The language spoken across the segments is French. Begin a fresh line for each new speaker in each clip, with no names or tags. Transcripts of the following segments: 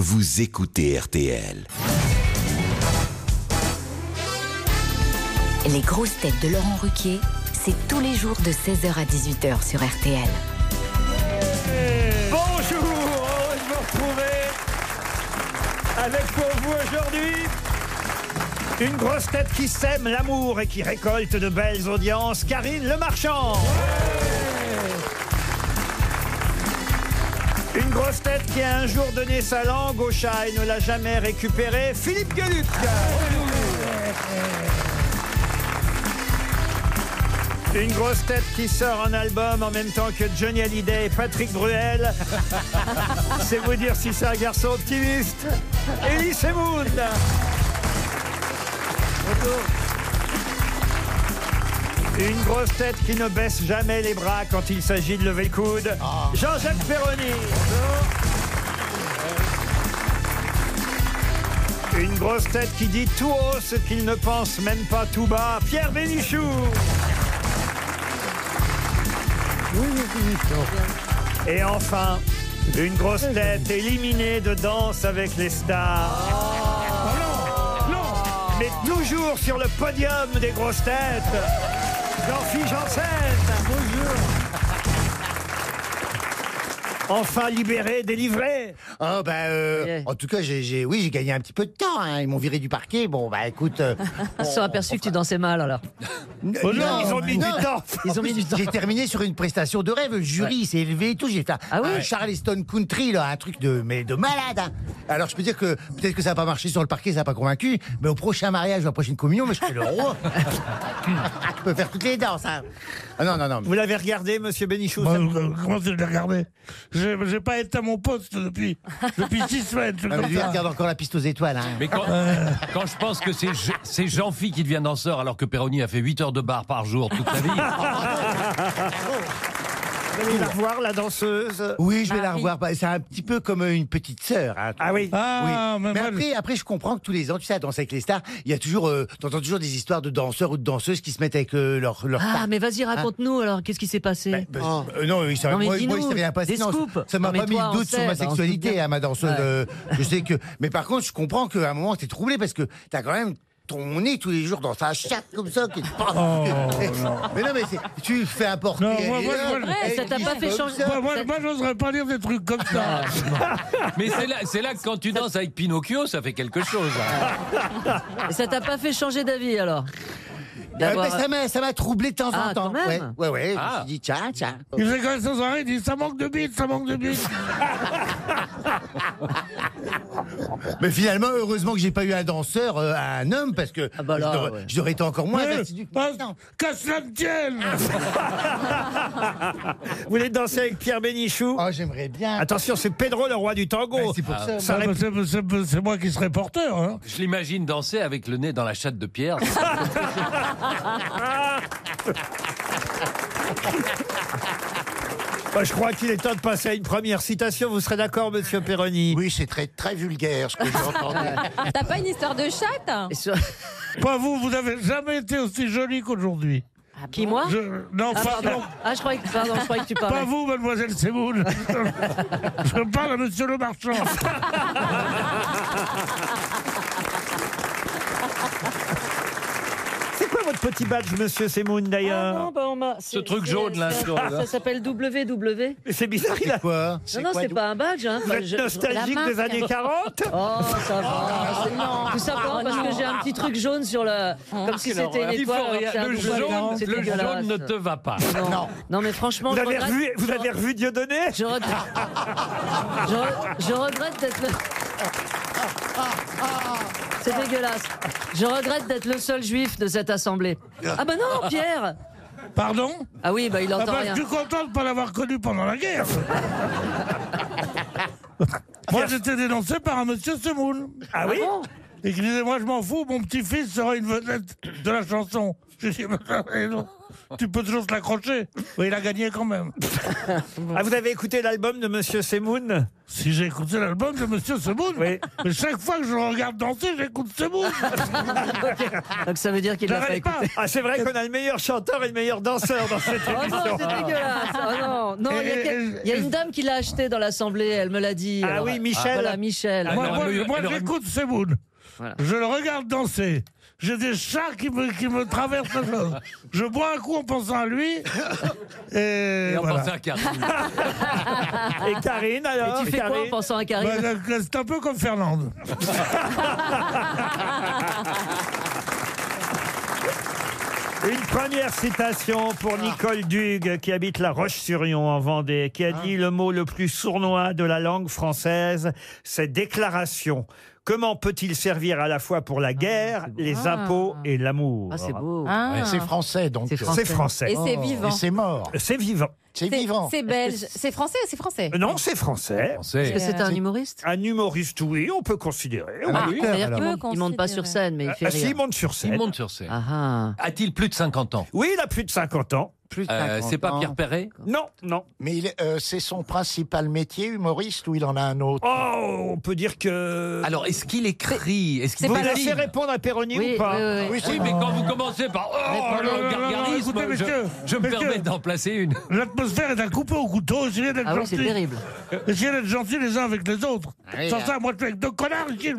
Vous écoutez RTL.
Les grosses têtes de Laurent Ruquier, c'est tous les jours de 16h à 18h sur RTL.
Bonjour, heureux de vous retrouver avec pour vous aujourd'hui une grosse tête qui sème l'amour et qui récolte de belles audiences, Karine Le Marchand. Une grosse tête qui a un jour donné sa langue au chat et ne l'a jamais récupérée, Philippe Gueluc. Une grosse tête qui sort un album en même temps que Johnny Hallyday et Patrick Bruel. C'est vous dire si c'est un garçon optimiste. Elie Semoun. Une grosse tête qui ne baisse jamais les bras quand il s'agit de lever le coude. Jean-Jacques Perroni. Une grosse tête qui dit tout haut ce qu'il ne pense même pas tout bas. Pierre Bénichou. Et enfin, une grosse tête éliminée de danse avec les stars.
Ah.
Mais toujours sur le podium des grosses têtes, Jean-Philippe Janssen. Enfin libéré, délivré.
Oh bah euh,
Ouais.
en tout cas j'ai j'ai- oui j'ai gagné un petit peu de temps hein. ils m'ont viré du parquet bon bah écoute euh,
Ils se sont aperçus que tu dansais mal alors.
n-
Oh non, ils ont mis
non.
du temps.
Ils ont mis du temps.
j'ai terminé sur une prestation de rêve le jury s'est élevé et tout j'ai fait un,
Ah oui
un Charleston Country là un truc de mais de malade hein. alors je peux dire que peut-être que ça n'a pas marché sur le parquet ça n'a pas convaincu mais au prochain mariage ou à la prochaine communion mais je fais le roi je peux faire toutes les danses hein. ah non non non
Vous l'avez regardé, monsieur Bénichou
Moi,
ça-
euh, Comment tu l'as regardé J'ai j'ai pas été à mon poste depuis, depuis six semaines. je suis
Ah, mais
comme
lui, il
ça.
regarde encore la piste aux étoiles hein.
Mais quand, quand je pense que c'est Je- c'est Jean-Phi qui devient danseur alors que Perroni a fait 8 heures de bar par jour toute sa vie.
Vous allez la revoir, la danseuse
oui, je vais la
Marie.
revoir. Bah, C'est un petit peu comme une petite sœur. hein.
Ah oui.
Ah,
Oui.
mais
Mais
moi,
après, après, je comprends que tous les ans, tu sais, à Danser avec les stars, il y a toujours, euh, t'entends toujours des histoires de danseurs ou de danseuses qui se mettent avec euh, leur, leur
Ah,
tarte.
mais vas-y, raconte-nous alors, qu'est-ce qui s'est passé
Hein Ben, ben, euh, non, il s'est-
Non, mais
moi, moi, il
dis-nous,
s'est rien passé.
des
non, ça-
scoops.
ça m'a
Non, mais
pas mis
toi,
le
on
doute sur
sait, bah,
ma
on se doute
sexualité,
bien.
à ma danseuse.
Ouais.
euh, je sais que, mais par contre, je comprends qu'à un moment, t'es troublé parce que t'as quand même ton nez tous les jours dans sa chatte comme ça qui te
Oh,
parle. mais non, mais c'est- tu le fais apporter.
Non, moi, moi, moi,
Ouais, ça t'a pas fait changer-
je- moi, moi, moi, j'oserais pas dire des trucs comme
Ah,
ça.
Mais c'est là, c'est là que quand tu danses avec Pinocchio, ça fait quelque chose. hein.
Et Ça t'a pas fait changer d'avis alors
Euh,
D'avoir-
mais Ah, ça m'a- ça m'a troublé de temps en
Ah, quand
temps. Ouais,
même.
ouais, ouais. Je
Ah.
me suis dit, tiens, tiens.
Il fait quand même sans arrêt, il dit ça manque de bite, ça manque de bite.
Mais finalement, heureusement que j'ai pas eu un danseur, euh, un homme, parce que
bah là,
Ah, je l'aurais-
ouais.
je l'aurais été encore moins
Mais,
assidu que
bah,
maintenant.
qu'à cela ne tienne
Ah,
Vous voulez danser avec Pierre Bénichou
Oh, j'aimerais bien.
Attention, c'est Pedro le roi du tango.
Ouais, c'est pour ça.
Ça
Ah,
répond-
bah, c'est- c'est- C'est moi qui serai porteur. hein.
Je l'imagine danser avec le nez dans la chatte de Pierre.
Bah, je crois qu'il est temps de passer à une première citation. Vous serez d'accord, monsieur Perroni
Oui, c'est très, très vulgaire ce que j'ai
Ah.
entendu.
T'as pas une histoire de chatte
Euh,
Et sur-
Pas vous, vous n'avez jamais été aussi joli qu'aujourd'hui.
Ah Qui, moi
Je- Non,
Ah,
pas,
pardon.
non,
Ah, je croyais que, pardon, je croyais que tu
pas
parlais.
vous, mademoiselle Semoun. je parle à monsieur le marchand.
C'est quoi votre petit badge, monsieur Semoun,
Ah
d'ailleurs
non, bah on m'a- c'est-
truc
c'est-
jaune, là,
c'est-
jaune, là.
Ça s'appelle WW.
Mais C'est bizarre, il a...
Quoi
Non, non,
quoi,
c'est
d'où-
pas un badge. Hein.
Vous
Enfin,
êtes
je-
nostalgique
la
des
marque.
années 40
Oh, ça va. Tout simplement parce que j'ai un petit truc jaune sur le.
Ah,
Comme si c'était une étoile. alors que c'est un
le
double
jaune,
ballon, c'est
le
dégueulasse.
jaune ne te va pas.
Non. Non, mais franchement,
Vous
je
avez
regrette-
revu, vous
je-
avez revu Dieudonné
Je regrette, je, re- je regrette d'être le... C'est dégueulasse. Je regrette d'être le seul juif de cette assemblée. Ah bah non, Pierre
Pardon
Ah oui, bah il
Ah
entend
bah,
rien.
je suis content de ne pas l'avoir connu pendant la guerre. moi, j'étais dénoncé par un monsieur Semoul.
Ah oui
Et qui disait, moi, je m'en fous, mon petit-fils sera une vedette de la chanson. Je dis, mais non, tu peux toujours te l'accrocher. Mais il a gagné quand même.
Ah, vous avez écouté l'album de Monsieur Semoun
Si j'ai écouté l'album de Monsieur Semoun,
Oui.
mais chaque fois que je le regarde danser, j'écoute Semoun.
Donc ça veut dire qu'il l'a pas
J'arrête
écouté.
pas.
Ah, c'est vrai qu'on a le meilleur chanteur et le meilleur danseur dans cette
Oh non,
émission.
c'est
Ah,
dégueulasse. Oh non, non, il y, a
Et-
quel-
et-
il y a une dame qui l'a acheté dans l'assemblée, elle me l'a dit.
Ah oui, Michel.
euh, Voilà, Michel.
Ah,
Moi,
Elle
moi,
aurait mieux-
moi,
elle aurait
j'écoute Semoun.
Voilà.
Je le regarde danser. J'ai des chats qui me, qui me traversent la chose. Je bois un coup en pensant à lui. Et,
Et on
voilà.
pensait à Karine.
Et Karine, alors
tu fais quoi en
Karine
pensant à Karine
Bah, là, c'est un peu comme Fernande.
Une première citation pour
Ah.
Nicole Dugue, qui habite La Roche-sur-Yon en Vendée, qui a
Ah.
dit le mot le plus sournois de la langue française, c'est déclaration. Comment peut-il servir à la fois pour la guerre, les impôts et l'amour
Ah, c'est beau.
Ah.
C'est français, donc.
euh.
C'est français. Oh.
Oh. C'est français.
Et c'est vivant.
Et c'est mort.
C'est vivant.
C'est
C'est-
vivant.
C'est belge. C'est français, c'est français.
Euh,
Ah,
Non, c'est français.
Français.
Est-ce que c'est un humoriste Ah,
Un humoriste, oui, on peut considérer.
Un acteur,
C'est-à-dire
alors.
qu'il
Peu
monte, il monte pas sur
considéré.
scène, mais il fait
Ah, si, il
rire.
monte sur
Il
scène.
monte sur scène.
Ah, ah.
A-t-il plus de 50 ans
Oui, il a plus de 50 ans.
Plus de
Euh,
50
C'est pas
ans.
Pierre Perret
Non, non.
Mais il est- euh, c'est son principal métier, humoriste, ou il en a un autre
Oh, on peut dire que.
Alors, est-ce qu'il écrit Est-ce qu'il
vous me
dessine
laissez répondre à Péroni
Oui,
ou pas
oui, oui.
Oui, mais quand vous commencez par oh,
non, non,
le
non,
gargarisme,
euh, écoutez, messieurs,
je, je me
messieurs.
permets d'en placer une.
L'atmosphère est à couper au couteau. Essayez d'être
Ah oui,
gentil.
c'est terrible. Ah
Essayez d'être gentil les uns avec les autres.
oui,
Sans
hein.
ça, moi, je suis avec deux connards ici.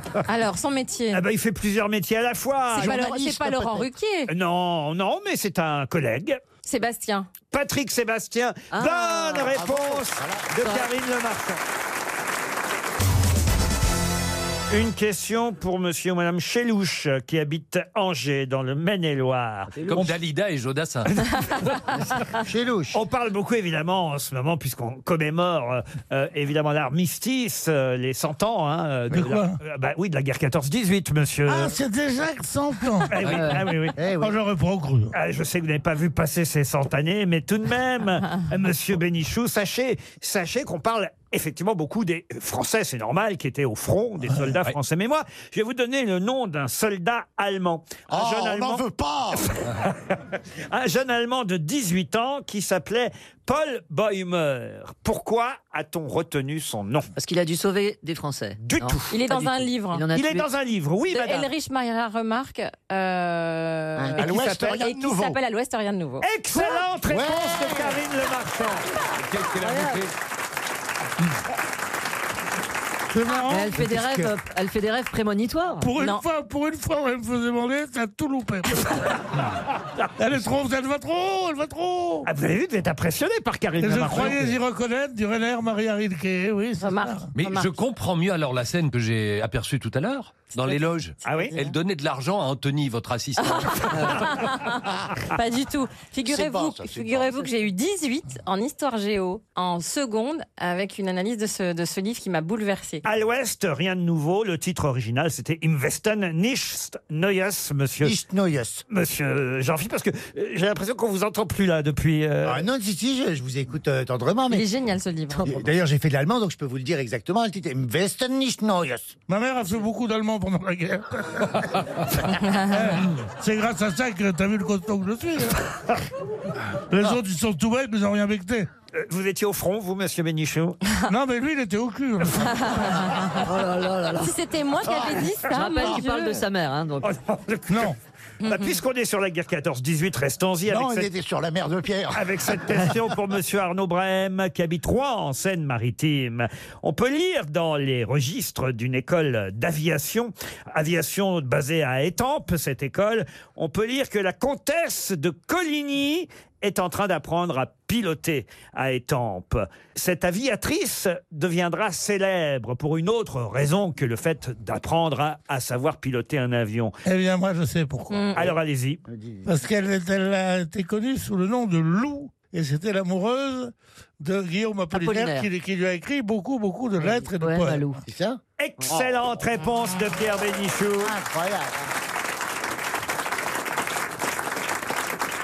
Alors, son métier.
Ah bah, il fait plusieurs métiers à la fois.
c'est pas, Laurent-
journaliste,
c'est pas Laurent Ruquier.
Non, non, mais c'est un collègue.
Sébastien.
Patrick Sébastien.
Ah,
Bonne réponse de Karine Lemarchand. Une question pour monsieur ou madame Chelouche, qui habite Angers, dans le Maine-et-Loire.
Comme Dalida et Jodassin.
Chez Louche.
On parle beaucoup évidemment en ce moment, puisqu'on commémore euh, euh, évidemment l'armistice, euh, les 100 ans. hein, euh, de
De quoi
la, euh, bah Oui, de la guerre 14-18, monsieur.
Ah, c'est déjà que 100 ans.
Ah oui,
Euh.
ah oui, oui.
Eh oui.
Oh, j'aurais pas cru.
Ah, je sais que vous n'avez pas vu passer ces cent années, mais tout de même, monsieur Bénichou, sachez, sachez qu'on parle effectivement beaucoup des Français, c'est normal, qui étaient au front,
Ah,
des soldats français. Mais moi, je vais vous donner le nom d'un soldat allemand. Un,
Ah,
jeune,
on n'en
allemand,
veut pas
un jeune allemand de 18 ans qui s'appelait Paul Bäumer. Pourquoi a-t-on retenu son nom
Parce qu'il a dû sauver des Français.
Du tout.
Il est
pas
dans
du
un
tout.
livre.
en a
Il est
tué.
dans un livre, oui,
de
madame.
Elrich Maria Remarque. euh,
À
et qui
l'Ouest,
s'appelle-
rien de
et qui
nouveau.
s'appelle À l'Ouest, rien de nouveau.
Excellente réponse de Karine Le Marchand.
Qu'est-ce qu'elle a monté
C'est marrant.
Mais elle fait des rêves, euh, elle fait des rêves prémonitoires.
Pour une
Non.
fois, pour une fois, elle me faisait demander, t'as tout loupé. Ah. elle est trop, elle va trop, elle va trop.
Ah, vous avez vu, vous êtes impressionné par Karine
Et
Le
je
Marchand.
croyais y reconnaître du Renner Maria Rilke, Eh oui, c'est
Remarque.
ça.
Mais
Remarque.
je comprends mieux alors la scène que j'ai aperçue tout à l'heure, dans les loges.
Ah oui
Elle donnait de l'argent à Anthony, votre assistant.
Pas du tout.
bon,
Figurez-vous
ça, Ah. c'est
figurez-vous que j'ai eu 18 en histoire géo, en seconde, avec une analyse de ce, de ce livre qui m'a bouleversée.
À l'ouest, rien de nouveau. Le titre original, c'était Investen nicht Neues, monsieur.
Ichnoyos.
Monsieur Jean-Philippe, parce que euh, j'ai l'impression qu'on vous entend plus là depuis. euh,
Ah non, si, si, je, je vous écoute euh, tendrement,
Il est
mais.
génial ce livre.
D'ailleurs, j'ai fait de l'allemand, donc je peux vous le dire exactement. Le titre est Westen nicht Neues.
Ma mère a fait beaucoup d'allemand pendant la guerre. Eh, c'est grâce à ça que t'as vu le costaud que je suis. hein. Les autres, ils sont tout bêtes, mais ils ont rien becté.
euh, vous étiez au front, vous, monsieur Bénichou
Non, mais lui, il était au cul. hein.
Oh là là là là.
Ah. Si c'était moi qui avais dit ça,
Je rappelle
mon
qu'il
Dieu.
parle de sa mère, hein, donc.
Oh non, le-
Non.
Bah, Puisqu'on est sur la guerre 14-18, restons-y
Non,
avec
il
cette
était sur la mer de Pierre.
Avec cette question pour Monsieur Arnaud Brahem, qui habite Rouen, en Seine-Maritime. On peut lire dans les registres d'une école d'aviation, aviation basée à Étampes, cette école, on peut lire que la comtesse de Coligny est en train d'apprendre à piloter à Étampes. Cette aviatrice deviendra célèbre pour une autre raison que le fait d'apprendre à, à savoir piloter un avion.
Eh bien, moi, je sais pourquoi.
Alors allez-y.
Parce qu'elle est- elle a été connue sous le nom de Lou. Et c'était l'amoureuse de Guillaume Apollinaire,
Apollinaire.
Qui, qui lui a écrit beaucoup, beaucoup de lettres et de
Ouais,
poèmes.
Malou.
C'est ça
Excellente réponse de Pierre Bénichou.
Incroyable.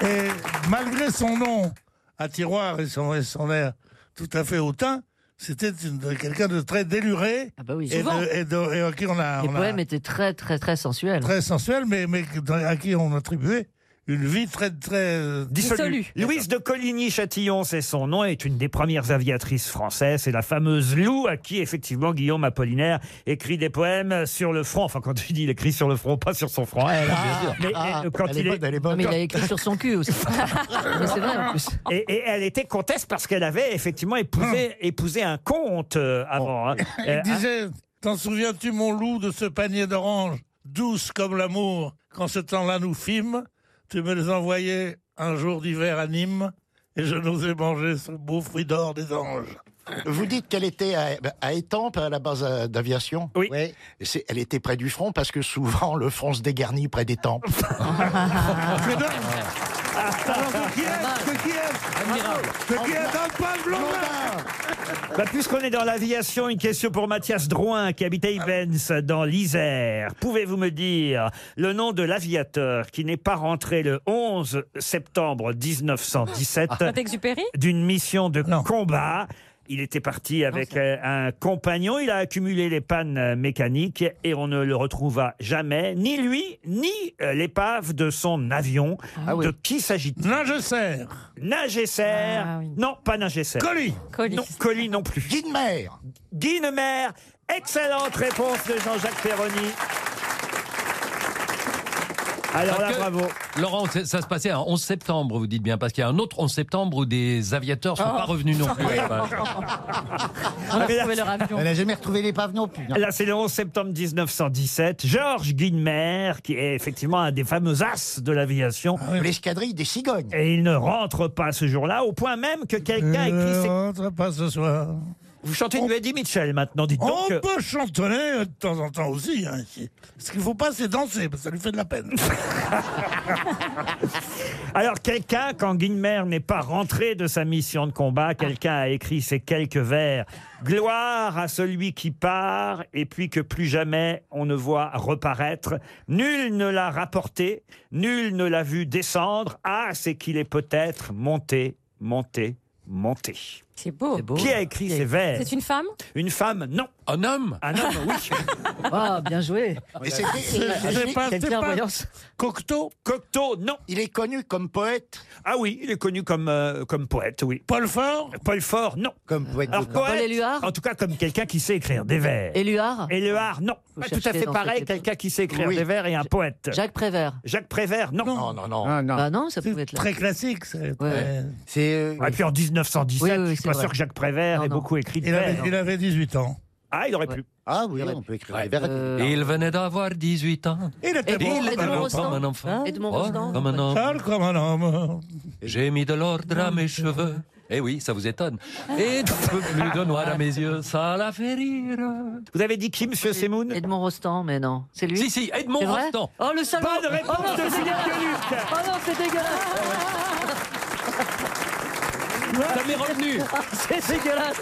Et malgré son nom à tiroir et son, et son air tout à fait hautain, c'était une- quelqu'un de très déluré
Ah bah oui.
et,
Souvent.
de- et de- et à qui on a,
Les
on a-
poèmes étaient très, très, très sensuels.
très sensuel, mais, mais à qui on attribuait une vie très très euh,
Dissolu.
Louise de Coligny-Châtillon, c'est son nom, est une des premières aviatrices françaises. C'est la fameuse Lou à qui, effectivement, Guillaume Apollinaire écrit des poèmes sur le front. Enfin, quand il dit il écrit sur le front, pas sur son front. Mais, euh, quand
elle
il
est
est-
bonne, elle
Non,
est bonne.
mais il a écrit sur son cul aussi. Mais c'est vrai hein. en plus.
Et, et elle était comtesse parce qu'elle avait effectivement
Hum.
épousé, épousé un comte euh, avant. hein. Euh,
Il disait T'en souviens-tu, mon loup, de ce panier d'oranges, douce comme l'amour, quand ce temps-là nous fîmes Tu me les envoyais un jour d'hiver à Nîmes, et je n'osais manger ce beau fruit d'or des anges.
Vous dites qu'elle était à, à Étampes, à la base euh, d'aviation
Oui.
Ouais. C'est- Elle était près du front parce que souvent le front se dégarnit près des tempes.
Que de- Alors que qui est Que qui est
Admirable.
Que qui est un pas le blondin
Bah, Puisqu'on est dans l'aviation, une question pour Mathias Drouin qui habitait Ivens dans l'Isère. Pouvez-vous me dire le nom de l'aviateur qui n'est pas rentré le 11 septembre 1917
Saint-Exupéry
d'une mission de combat il était parti avec euh, un compagnon, il a accumulé les pannes euh, mécaniques et on ne le retrouva jamais, ni lui, ni euh, l'épave de son
Ah
avion. de qui s'agit-il
Ningesser,
Nagesser
Ah oui.
Non, pas Nagesser.
colis
Colis.
Non, Colli non plus.
Guy de mer
Guinemer. Excellente réponse de Jean-Jacques Perroni. Alors là,
Parce que-
bravo.
Laurent, c'est- ça se passait un 11 septembre, vous dites bien, parce qu'il y a un autre 11 septembre où des aviateurs
Oh.
sont pas revenus non plus. Enfin,
On a
mais là-
retrouvé leur avion.
Elle n'a jamais retrouvé l'épave non plus. non.
Là, c'est le 11 septembre 1917. Georges Guinemer, qui est effectivement un des fameux as de l'aviation.
Ah
L'escadrille des cigognes.
Et il ne rentre pas ce jour-là, au point même que quelqu'un écrit...
Ne
ses-
rentre pas ce soir.
Vous chantez du Eddie Mitchell maintenant, dites
On
donc. euh,
peut chantonner euh, de temps en temps aussi, hein, ici. Ce qu'il faut pas, c'est danser, parce que ça lui fait de la peine.
Alors quelqu'un, quand Guilmer n'est pas rentré de sa mission de combat, quelqu'un a écrit ces quelques vers. Gloire à celui qui part, et puis que plus jamais on ne voit reparaître. Nul ne l'a rapporté, nul ne l'a vu descendre. Ah, c'est qu'il est peut-être monté, monté, monté.
C'est beau.
C'est beau.
Qui a écrit ces vers
C'est une femme
Une femme Non.
un homme
Un homme Oui.
Ah, bien joué.
Et c'était-
C'est pas,
Quelle
c'est pas
clairvoyance.
Cocteau,
Cocteau Non.
Il est connu comme poète.
Ah oui, il est connu comme, euh, comme poète, oui.
Paul Fort,
Paul Fort Non.
Comme poète de
Alors
corps.
Paul
poète,
Éluard
en tout cas comme quelqu'un qui sait écrire des vers.
Éluard
Et le art, non.
Faut
Pas tout à
chercher
fait
dans
pareil,
cette
quelqu'un qui sait écrire
Oui.
des vers et un poète. Jacques,
Jacques Prévert.
Prévert, non.
Non, non, non.
Ah, non.
Bah non, ça
c'est
pouvait être là.
très classique. c'est très-
C'est euh,
Ah, Et puis en 1917,
Oui, oui,
je suis
c'est
pas
vrai.
sûr que Jacques Prévert
Non,
ait
non.
beaucoup écrit de
Il, avait,
vers.
il avait 18 ans.
Ah, il aurait pu.
ah oui, on peut écrire des vers.
Euh,
Et il venait d'avoir 18 ans.
Il était
Edmond-
beau
Il était
Edmond
beau
Rostand.
comme un enfant.
Hein Edmond
Oh,
Rostand.
comme un homme.
Charles comme un homme.
J'ai mis de l'ordre à mes cheveux. Eh oui, ça vous étonne. Et plus de noir à mes yeux, ça la fait rire.
Vous avez dit qui, monsieur Semoun
Edmond Rostand, mais non. C'est lui
Si, si, Edmond
C'est vrai
Rostand.
Oh, le salaud
Bonne réponse
oh, non,
de
c'est
Philippe
dégueulasse.
Gueluc.
Oh non, c'est dégueulasse
Ça m'est revenu.
C'est dégueulasse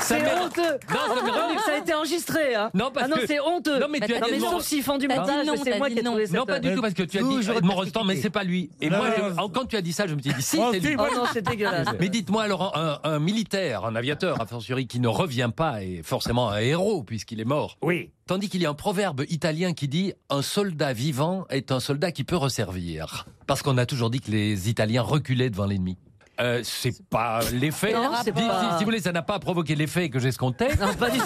Ça
C'est
m'est revenu.
honteux
Non, ça m'est
Non,
revenu.
mais ça a été enregistré hein.
Non, parce
Ah non,
que-
c'est honteux
Non, mais tu as dit
mais
Edmond-
sauf s'ils font du
T'as dit
montage,
non,
c'est
t'as
moi
dit
qui ai
non.
trouvé ça.
Non, pas du tout, parce que tu as dit
Toujours
Edmond Rostand, mais
persécuté.
c'est pas lui. Et
Non,
moi,
non,
je- quand tu as dit ça, je me suis dit, si,
Oh,
c'est
si,
lui.
Oh non, c'est dégueulasse
Mais dites-moi, Laurent, un, un militaire, un aviateur, a fortiori, qui ne revient pas est forcément un héros puisqu'il est mort.
Oui.
Tandis qu'il y a un proverbe italien qui dit un soldat vivant est un soldat qui peut resservir. Parce qu'on a toujours dit que les Italiens reculaient devant l'ennemi. Euh, c'est pas l'effet.
Non, c'est
Si-
pas-
Si, si vous voulez, ça n'a pas provoqué l'effet que j'escomptais.
Non, pas du tout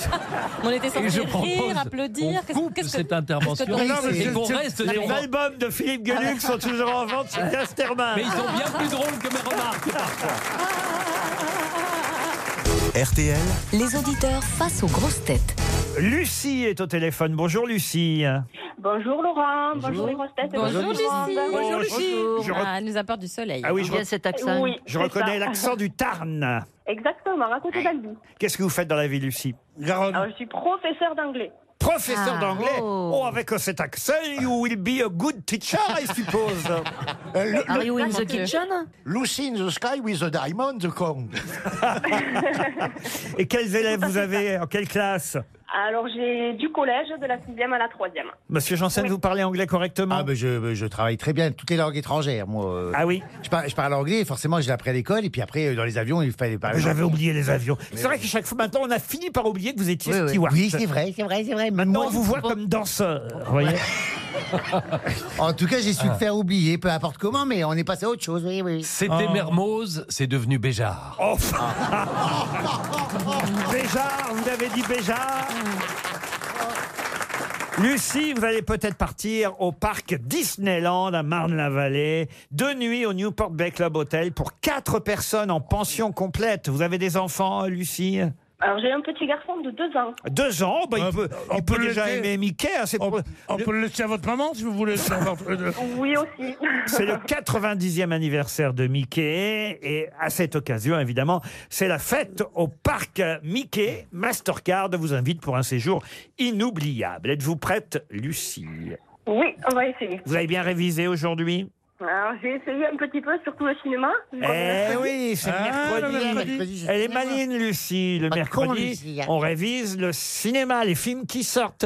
On était
Et
censés
je
rire,
propose
applaudir.
on
Qu'est-ce-
coupe
qu'est-ce que-
cette intervention
qu'est-ce que
t'aurais dit
et qu'on
C'est-
reste
Les
sur-
albums de Philippe Gueluc sont toujours en vente chez Casterman.
Mais ils sont bien plus drôles que mes remarques.
RTL,
Les auditeurs face aux grosses têtes.
Lucie est au téléphone. Bonjour, Lucie.
Bonjour Laurent, bonjour, les grosses têtes.
Bonjour
tout
Lucie.
le monde.
Bonjour, Lucie. Je re-
Ah, elle nous apporte du soleil.
Ah oui, je,
Il y a
re-
cet accent
Oui,
je
c'est
reconnais
ça.
l'accent du Tarn.
Exactement, à côté d'Albi.
Qu'est-ce que vous faites dans la vie, Lucie
Garonne.
Alors, Ah, je suis professeur d'anglais.
Professeur
Ah,
d'anglais.
oh.
Oh, avec euh, cet accent, you will be a good teacher, I suppose.
Euh,
Are you in the
Dieu.
kitchen
Lucy in the sky with the diamond, the Kong.
Et quels élèves vous avez En quelle classe
Alors, j'ai du collège, de la 6e à la 3e.
Monsieur Janssen, vous parlez anglais correctement
Ah, ben je, je travaille très bien toutes les langues étrangères, moi. euh.
Ah oui
je parle, je parle anglais, forcément, je l'ai appris à l'école, et puis après, euh, dans les avions, il fallait parler.
Ah, J'avais oublié les avions. C'est vrai que chaque fois maintenant, on a fini par oublier que vous étiez
Oui, oui.
steward.
Oui, c'est vrai, c'est vrai, c'est vrai.
Maintenant,
Moi,
on vous
je
voit
comprends.
comme danseur. vous voyez
En tout cas, j'ai su le faire oublier, peu importe comment, mais on est passé à autre chose, oui, oui.
C'était
Ah.
Oh.
Mermoz, c'est devenu Béjar.
Oh. Ah.
Béjar, vous avez dit Béjar. Lucie, vous allez peut-être partir au parc Disneyland à Marne-la-Vallée, deux nuits au Newport Bay Club Hotel pour quatre personnes en pension complète. Vous avez des enfants, Lucie
Alors, j'ai un petit garçon de 2 ans.
Deux ans, bah, il peut, il peut déjà aimer Mickey. hein, c'est pour-
On peut le laisser à votre maman si vous voulez. c'est entre
Euh.
deux.
Oui, aussi.
C'est le 90e anniversaire de Mickey et à cette occasion, évidemment, c'est la fête au parc Mickey. Mastercard vous invite pour un séjour inoubliable. Êtes-vous prête, Lucie
Oui, on va essayer.
Vous avez bien révisé aujourd'hui
Alors, j'ai essayé un petit peu, surtout le cinéma.
Eh oui, c'est
Ah,
mercredi.
le
mercredi.
Elle est maligne, Lucie. Le
Pas con,
mercredi,
Lucie, hein.
on révise le cinéma, les films qui sortent.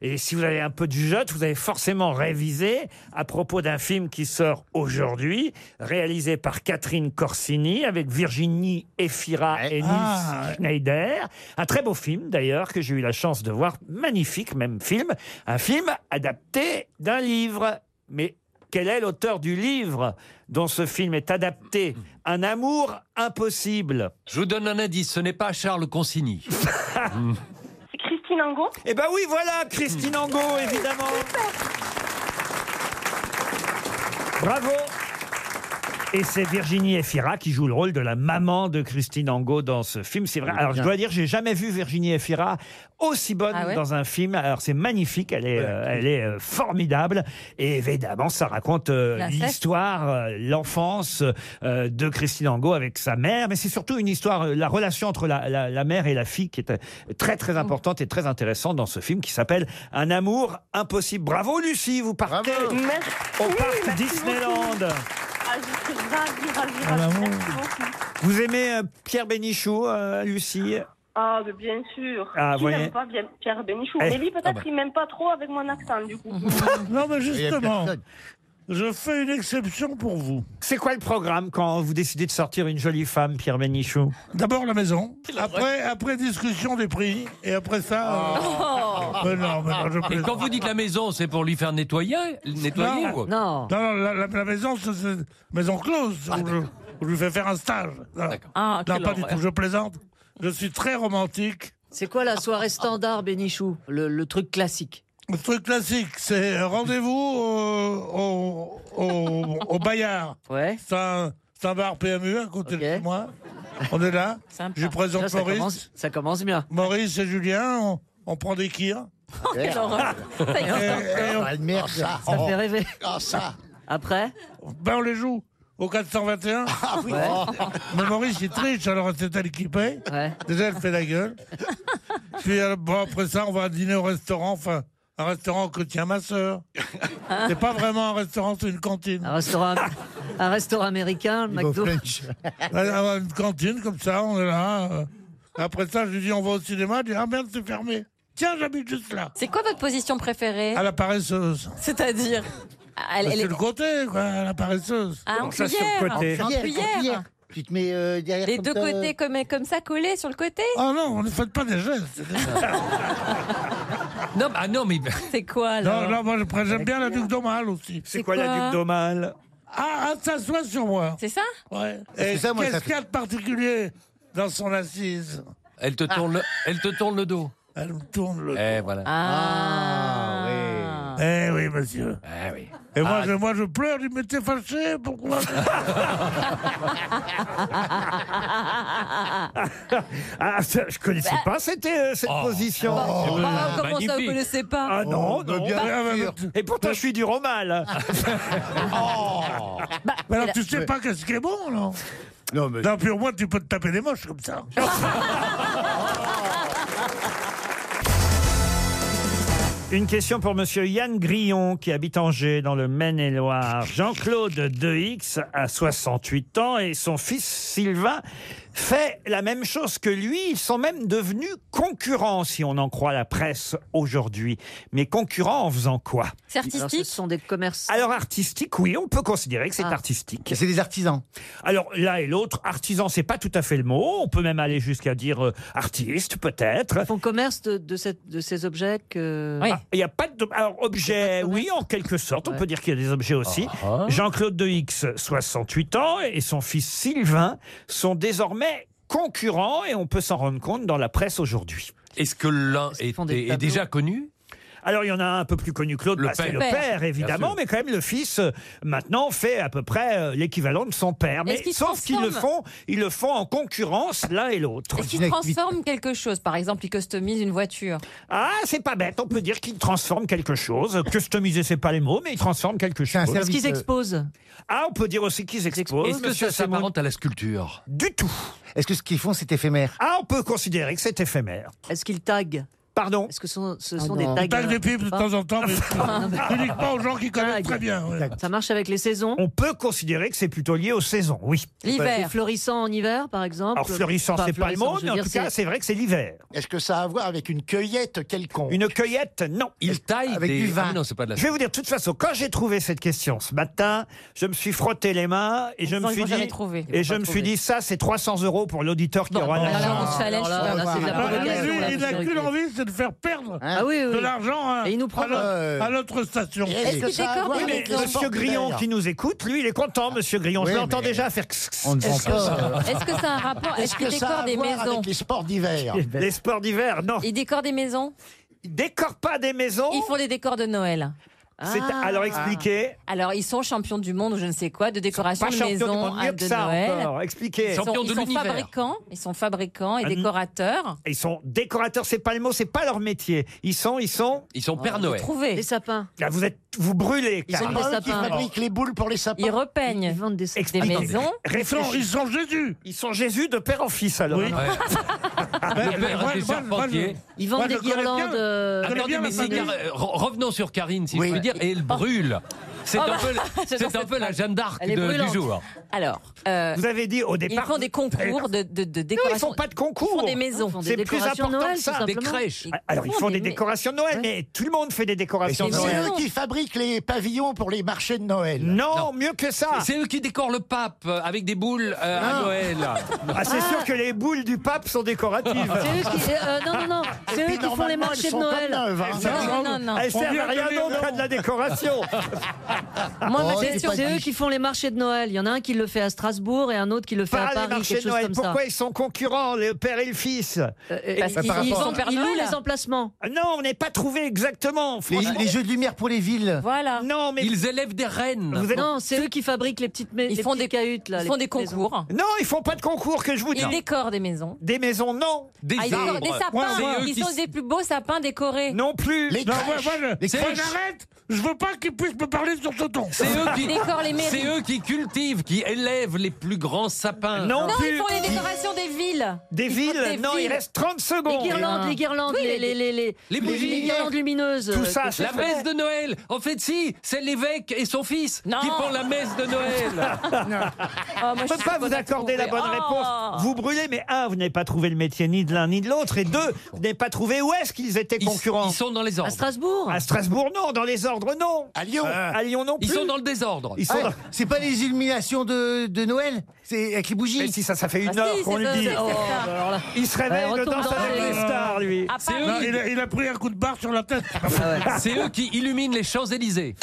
Et si vous avez un peu de jugeote, vous avez forcément révisé à propos d'un film qui sort aujourd'hui, réalisé par Catherine Corsini avec Virginie Efira et Nils
Ah.
Schneider. Un très beau film d'ailleurs que j'ai eu la chance de voir, magnifique même film, un film adapté d'un livre. Mais quel est l'auteur du livre dont ce film est adapté Un amour impossible.
Je vous donne un indice, ce n'est pas Charles Consigny.
C'est Christine Angot.
Eh ben oui, voilà, Christine Angot, évidemment. Bravo. Et c'est Virginie Efira qui joue le rôle de la maman de Christine Angot dans ce film. C'est vrai. Alors je dois dire, j'ai jamais vu Virginie Efira aussi bonne
Ah ouais
dans un film. Alors c'est magnifique, elle est, euh, elle est euh, formidable. Et évidemment, ça raconte euh,
La fête.
l'histoire, euh, l'enfance euh, de Christine Angot avec sa mère. Mais c'est surtout une histoire, euh, la relation entre la, la- la mère et la fille qui est euh, très
Oh.
très importante et très intéressante dans ce film qui s'appelle Un amour impossible. Bravo Lucie, vous partez
Merci.
au parc
merci
Disneyland.
Ah, je suis ravie, ravie, ravie. Merci beaucoup.
Vous aimez euh, Pierre Bénichou, euh, Lucie
Ah, mais bien sûr.
Ah,
Qui
voyez.
n'aime pas bien Pierre Bénichou
Eh.
Mais lui, peut-être,
Ah bah.
il m'aime pas trop avec mon accent, du coup.
Mhm.
Non, mais
Il y a
justement,
personne.
je fais une exception pour vous.
C'est quoi le programme quand vous décidez de sortir une jolie femme, Pierre Bénichou
D'abord la maison, après, après discussion des prix, et après ça. euh,
Oh.
mais non, mais non, je
Et
plaisante.
quand vous dites la maison, c'est pour lui faire nettoyer, nettoyer
Non.
ou quoi
Non. Ah,
Non, non, la, la- la maison, c'est c'est maison close. où je, où je lui fais faire un stage. Non,
Ah,
Non,
quelle
pas du
horreur.
tout, je plaisante. Je suis très romantique.
C'est quoi la soirée standard, Bénichou le, le truc classique.
Le truc classique, c'est rendez-vous au, au, au- au Bayard.
Ouais.
C'est un, c'est un bar PMU à côté de
Ok.
chez moi. On est là.
Sympa.
Je lui présente
Ça, ça
Maurice.
commence, ça commence bien. Oh,
Maurice et Julien, on, on prend des kirs.
Quelle horreur. Ça y
Et,
est.
et on,
Ah, de merde, ça.
Ça fait rêver.
oh, Ah ça
Après
ben, on les joue au 421.
Ah oui
Ouais.
Mais Maurice, il triche, alors c'est elle qui paye.
Ouais.
Déjà, elle fait la gueule. Puis euh, bon, après ça, on va dîner au restaurant, enfin, un restaurant que tient ma sœur. C'est pas vraiment un restaurant, c'est une cantine.
Un restaurant, un restaurant américain, le
Il va au
McDo.
French.
Euh, Une cantine comme ça, on est là. euh. Après ça, je lui dis, on va au cinéma. Elle dit, ah merde, c'est fermé. Tiens, j'habite juste là.
C'est quoi votre position préférée
À la paresseuse.
C'est-à-dire elle,
Ah, Bah,
elle
C'est
est...
le côté, quoi, à la paresseuse.
Ah, en
Ça, sur
cuillère.
le côté.
En
Cuillère,
cuillère.
cuillère. Tu te mets euh, derrière
Les
comme
deux
ça, euh,
côtés comme, comme ça collés sur le côté
Ah non, on ne fait pas des gestes.
Non, bah non, mais
C'est quoi alors
Non, non, moi, je- j'aime bien la Duc d'Aumale aussi.
C'est
C'est
quoi, la
quoi
Duc d'Aumale Ah,
Ah, ah, s'assoit sur moi.
C'est ça
Ouais.
que
Et
ça, moi,
qu'est-ce
ça
qu'il y a de particulier dans son assise
elle te tourne, le,
Ah.
elle te tourne le dos.
Elle me tourne le.
Eh voilà.
Ah, oui.
Eh oui, monsieur.
Eh oui.
Et moi,
Ah.
je, moi, je pleure, il m'était fâché, pourquoi
Ah, ça, je connaissais
Bah.
pas cette, euh, cette
Oh.
position.
Ah, Comment ça, vous
magnifique.
ne connaissez pas
Ah non,
Bah,
non.
bien sûr.
Et pourtant, je suis du romal.
Oh. Mais alors, tu sais pas qu'est-ce qui est bon, non
Non, mais
Non, puis au moins, tu peux te taper des moches comme ça.
Ah,
Une question pour Monsieur Yann Grillon, qui habite Angers, dans le Maine-et-Loire. Jean-Claude Deix a 68 ans et son fils Sylvain fait la même chose que lui. Ils sont même devenus concurrents, si on en croit la presse aujourd'hui. Mais concurrents en faisant quoi
C'est artistique Ah. Ce sont des commerçants.
Alors artistique, oui, on peut considérer que c'est artistique.
C'est des artisans.
Alors l'un et l'autre, artisan, c'est pas tout à fait le mot. On peut même aller jusqu'à dire euh, artiste, peut-être.
Ils font commerce de, de cette- de ces objets que...
Ah, Il n'y a pas de. Alors, objet, oui, en quelque sorte, on peut dire qu'il y a des objets aussi.
Ah,
Jean-Claude de Hix, 68 ans, et son fils Sylvain sont désormais concurrents, et on peut s'en rendre compte dans la presse aujourd'hui.
Est-ce que l'un est,
des
est
tableaux
déjà connu
Alors, il y en a un un peu plus connu que l'autre,
Le
bah, c'est
père.
le
Père.
père, évidemment,
Bien
mais quand même, le fils, euh, maintenant, fait à peu près euh, l'équivalent de son père. Mais
Est-ce qu'il se
sauf qu'ils le font,
transforme
ils le font en concurrence, l'un et l'autre.
Est-ce qu'il transforme quelque chose Par exemple, il customise une voiture.
Ah, c'est pas bête, on peut dire qu'ils transforment quelque chose. Customiser, c'est pas les mots, mais ils transforment quelque chose.
Est-ce qu'ils
euh,
exposent
Ah, on peut dire aussi qu'ils exposent.
Est-ce que
monsieur
ça s'apparente à la sculpture
Du tout.
Est-ce que ce qu'ils font, c'est éphémère
Ah, on peut considérer que c'est éphémère.
Est-ce qu'ils taguent
Pardon
Est-ce que ce sont, ce
Ah
sont
non.
des tags euh, Ah,
On tague des pubs de temps en temps, mais- uniquement aux gens qui connaissent très bien, ouais.
Ça marche avec les saisons
On peut considérer que c'est plutôt lié aux saisons, oui.
Les Florissants en hiver, par exemple
Alors florissant, c'est pas le
florissants,
mot,
je veux
mais en
dire,
tout cas, c'est vrai que c'est l'hiver.
Est-ce que ça a à voir avec une cueillette quelconque
Une cueillette, non.
Il taille
Avec
des...
du vin.
Ah, mais non, c'est pas de la
Je vais vous dire, de toute façon, quand j'ai trouvé cette question ce matin, je me suis frotté les mains et je
disant,
me
ils
suis
vont jamais
dit,
trouver. Ils
et
vont
je
pas
me suis
trouver.
dit, ça, c'est 300 euros pour l'auditeur qui aura la
Alors, on se fait à l'aise,
là,
je
là,
sais pas.
bah, c'est de la
Ah, mais
propagande,
lui,
là,
il n'a
monsieur
qu'une
Ruquier.
envie, c'est de faire perdre
Ah oui, oui,
de
oui.
l'argent à,
Et il nous prend
à l'autre-
euh,
à l'autre station.
Est-ce que
qu'il
ça a à
décore
voir
des maisons
avec le
Monsieur
porte-bonheur
Grillon qui nous écoute, lui, il est content, Monsieur Grillon.
Oui,
je l'entends
mais-
déjà faire xx,
On ne vend pas ça.
Est-ce que ça a un rapport Est-ce
Est-ce
qu'il
que ça a
décore
à
des
voir
maisons
avec les sports d'hiver
les sports d'hiver. Non,
Ils décorent des maisons
ils décorent pas des maisons.
Ils font des décors de Noël.
C'est-
Ah.
Alors expliquez.
Alors, ils sont champions du monde ou je ne sais quoi, de décoration
Pas
de
champion du
maisons
monde, mieux
à-
que
de
ça
Noël.
encore. Expliquez.
Ils sont,
Champion
ils
de
sont
l'univers.
fabricants, ils sont fabricants et
Ah,
décorateurs.
Ils sont décorateurs, c'est pas le mot, c'est pas leur métier. Ils sont, ils sont.
Ils sont Père Noël.
Des
Trouvés.
sapins.
Là, vous êtes, vous brûlez.
Ils sont
Karine.
des
Pas eux qui
sapins.
fabriquent les boules pour les
Ils
sapins.
Ils
repeignent
vendent des sapins.
des
Attendez.
maisons.
Ils sont, ils
Réfléchis.
sont Jésus.
Ils sont Jésus de père en fils alors. hein.
Oui.
Ah,
Ouais.
Ben,
Le
ben,
père
moi,
des
moi, moi,
charpentiers.
je-
Ils vendent
Moi, je
des
connais bien.
guirlandes... euh,
Je connais
Attendez,
bien
mais
la
c'est
famille.
gar- euh, re- revenons sur Karine, si
Oui.
je peux dire, et elle brûle. C'est un peu, la- c'est
Oh. bah, j'adore
un peu
cette
la Jeanne d'Arc
Elle est
de- hein. du
brûlante.
jour.
Alors, euh,
Vous avez dit au
ils
départ.
font des concours de, de, de
Non, ils
décoration.
font pas de concours.
Ils font des maisons.
Ils font des
C'est plus
décorations
important
de Noël,
que ça. Ah,
tout
Des
simplement.
crèches.
Alors ils font des
mais-
décorations de Noël, mais tout le monde fait des décorations
C'est
de
Mais
Noël.
non.
eux qui fabriquent les pavillons pour les marchés de Noël.
Non, mieux que ça.
C'est eux qui décorent le pape euh, avec des boules euh, à Noël.
Ah, c'est sûr que les boules du pape sont décoratives.
C'est eux qui... euh, non, non, non.
Et
C'est eux
puis,
qui font les
normalement,
marchés
ils
de
sont comme
Noël.
neuves, hein.
Non, non, non.
Elles
On
servent à
vient de
rien
les
d'autre
voir.
à de la décoration.
Moi, ma
Oh, c'est
question,
pas
c'est eux
dit.
qui font les marchés de Noël. Il y en a un qui le fait à Strasbourg et un autre qui le fait
Pas
à
Ah, les
Paris,
marchés
quelque
de
chose
Noël.
comme ça.
Pourquoi ils sont concurrents, le père et le fils Bah,
Euh, euh,
Parce
ils-
qu'ils-
ils
ils
vendent-
sont Père
ils louent
Noël.
les emplacements.
Ah Non, on n'est pas trouvé exactement.
les,
Franchement,
les jeux de lumière pour les villes.
Voilà.
non, mais
Ils élèvent des reines.
vous êtes-
Non, c'est eux qui fabriquent les petites mais-
Ils
les
font des
petites cahutes là.
Ils
les
font des
petites maisons.
concours.
non, ils font pas de concours que je vous dis.
Ils décorent des maisons.
Des maisons, non,
Des
Ah, ils décorent
arbres.
des
Ouais,
sapins.
c'est eux
Ils
qui-
sont des plus beaux sapins décorés.
non plus.
Les
Non,
crèches.
moi, moi, je-
Les
moi,
crèches. Ah
j'arrête. Je veux pas qu'ils puissent me parler sur ce ton.
C'est eux qui
Ils décorent les mairies.
C'est eux qui cultivent, qui élèvent les plus grands sapins.
Non,
Non, ils
plus.
font les décorations des villes.
Des
Ils font
villes,
des
non, il
villes.
reste 30
Les
secondes.
guirlandes, les guirlandes,
Oui,
les,
les-
les, les, les,
Les bougies.
guirlandes lumineuses.
Tout ça, c'est
La
vrai.
messe de Noël. En fait, si, c'est l'évêque et son fils
Non.
qui font la messe de Noël.
Oh, moi,
Je
je
ne
suis
peux pas
bonne
vous
à
accorder la
trouver.
bonne
Oh.
réponse. Vous brûlez, mais un, vous n'avez pas trouvé le métier ni de l'un ni de l'autre, et deux, vous n'avez pas trouvé où est-ce qu'ils étaient
Ils,
concurrents.
ils sont dans les
À
ordres.
Strasbourg
À Strasbourg, non. Dans les ordres, non. Euh,
À Lyon.
À Lyon, non plus.
Ils sont dans le désordre.
Ah. Ils sont
Ouais,
dans-
Ah, C'est pas les illuminations de, de Noël C'est avec les
Mais
bougies
si ça, ça fait une
Ah,
heure
si,
qu'on
c'est
le
ça,
dit.
c'est ça.
Il se réveille
Ouais,
de
retourne
danse
dans
avec
les-
les stars, lui.
À
C'est Ah
Paris,
Non, il, a, il a pris un coup de barre sur la tête.
C'est eux qui illuminent les Champs-Élysées.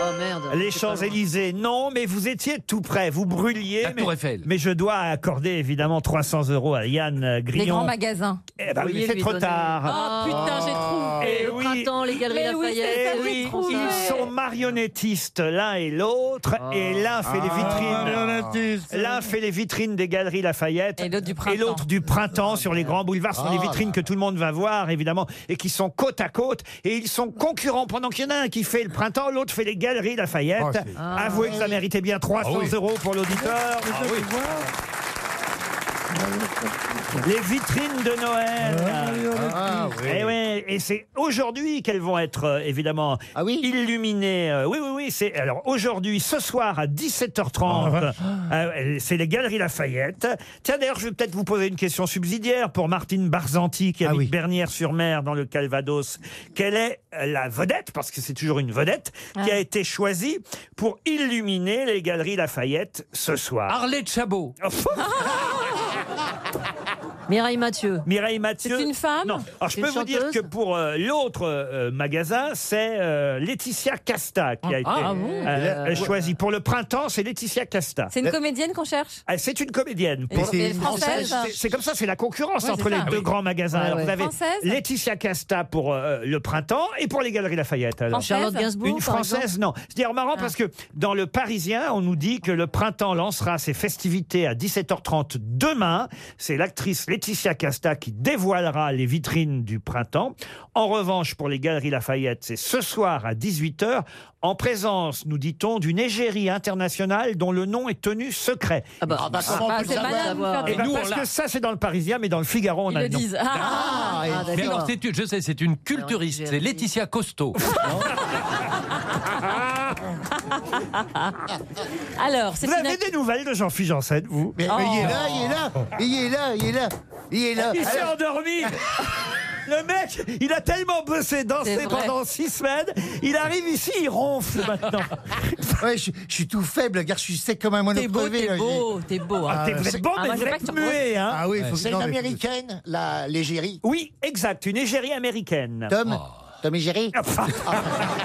Oh merde.
Les
C'est pas loin.
Champs-Élysées, non, mais vous étiez tout près, vous brûliez.
La
mais,
Tour Eiffel.
mais je dois accorder évidemment 300 euros à Yann euh,
les grands
Grillon.
magasins.
Eh ben oui,
Vouliez
c'est
lui
trop
donner-
tard.
Oh putain, j'ai trouvé.
Eh
Le
oui.
printemps, les galeries
Mais oui, c'est
Lafayette.
ça,
Eh
j'ai
oui,
trouvé.
ils sont marionnettistes l'un et l'autre, et l'un fait les vitrines.
Marionnettistes.
L'un fait les vitrines des galeries Lafayette
Et l'autre du printemps.
et l'autre du printemps sur les grands boulevards. Ce sont des
Ah,
vitrines que tout le monde va voir, évidemment, et qui sont côte à côte. Et ils sont concurrents. Pendant qu'il y en a un qui fait le printemps, l'autre fait les galeries Lafayette.
Ah, c'est-
Avouez que ça méritait bien 300
Ah oui.
euros pour
Ah
l'auditeur. Les vitrines de Noël.
Marionnettistes.
Ah, oui.
Eh oui, et, et c'est aujourd'hui qu'elles vont être euh, évidemment
Ah
illuminées. Euh, oui, oui, oui. C'est alors aujourd'hui, ce soir à
Ah
17h30, euh, c'est les Galeries Lafayette. Tiens, d'ailleurs, je vais peut-être vous poser une question subsidiaire pour Martine Barzanti
Ah
qui habite Bernières-sur-Mer dans le Calvados. Quelle est euh, la vedette, parce que c'est toujours une vedette, qui a été choisie pour illuminer les Galeries Lafayette ce soir Oh,
Arlette Chabot.
Mireille Mathieu. Mireille Mathieu. C'est une
femme
Non. Alors je
C'est
peux
une
vous dire
chanteuse
que pour euh, l'autre euh, magasin, c'est euh, Laetitia Casta qui a
Ah,
été
ah bon
euh,
Euh,
choisie. Pour le printemps, c'est Laetitia Casta.
C'est une comédienne qu'on cherche
Ah, C'est une comédienne.
Et c'est Et française
C'est- C'est comme ça, c'est la concurrence
Ouais,
entre
c'est
les
ça.
deux
Oui.
grands magasins.
Ouais,
Alors,
ouais.
vous avez
Française
Laetitia Casta pour euh, le printemps et pour les Galeries Lafayette. alors.
Française Charlotte Gainsbourg,
Une
par
française,
exemple
non. C'est d'ailleurs
Ah.
marrant parce que dans le Parisien, on nous dit que le printemps lancera ses festivités à 17h30 demain. C'est l'actrice Laetitia Casta qui dévoilera les vitrines du printemps. En revanche, pour les Galeries Lafayette, c'est ce soir à 18h en présence, nous dit-on, d'une égérie internationale dont le nom est tenu secret. Ah bah,
bah, comment Ah, tu le c'est savais malin de nous faire
Eh ben,
dire
parce
ça.
que ça, c'est dans le Parisien, mais dans le Figaro, on a le nom.
Ah, ah,
Mais
d'accord. Ah,
alors, c'est une- je sais, c'est une culturiste, c'est Laetitia Costaud.
Alors,
Vous avez des nouvelles de Jean-Philippe Janssen, vous
Mais, mais il est là, il est là,
Oh.
il est là, il est là, il est là.
Il s'est
Alors-
endormi Le mec, il a tellement bossé, dansé
C'est vrai.
pendant six semaines, il arrive ici, il ronfle maintenant.
Ouais, je, je suis tout faible, car je suis sec comme un moineau
T'es beau,
crevé,
t'es
là,
beau,
j'ai-
t'es beau, hein.
Ah,
T'es- vous
c'est-
êtes bon,
Ah,
mais
moi,
vous
je veux
êtes
pas que tu-
muet, hein
Ah oui, faut que-
C'est
non,
une
mais-
américaine, la l'égérie.
Oui, exact, une égérie américaine.
Ah,
Oh.
Tom Tom et Jerry Ah,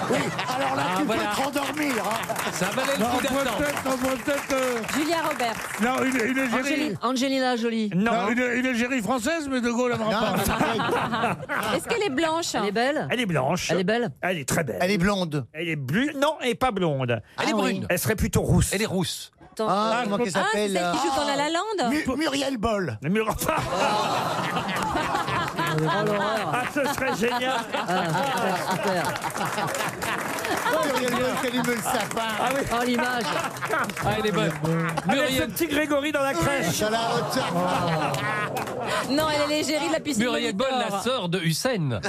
Oui, alors là, tu peux te rendormir. hein.
Ça valait
Non, on pourrait peut-être- on pourrait peut-être, euh,
Julia Roberts.
Non, une, une Algérie.
Angéli- Angelina Jolie.
Non, une, une Algérie française, mais De Gaulle n'aimera pas.
Est-ce qu'elle est blanche hein
Elle est belle
Elle est blanche.
Elle est belle
Elle est très belle.
Elle est blonde.
Elle est blue. Non, elle est pas blonde.
Elle est brune.
Elle serait plutôt rousse.
Elle est rousse.
Ah, comment qu'elle
Ah, c'est
s'appelle euh
celle qui joue dans La La Land
Mu- Muriel Boll.
Mais enfin,
Oh, l'horreur.
ah, ce serait génial.
Ah, super, super.
Muriel Boll, qu'elle allume le sapin.
Ah oui.
Oh, l'image.
Ah, elle est bonne.
Avec ce
Muriel,
petit Grégory dans la crèche.
Dans la
Ah,
haute-
Non, elle est l'égérie de la piscine.
Ah, Muriel Boll, la
Molitor.
sœur de Hussein.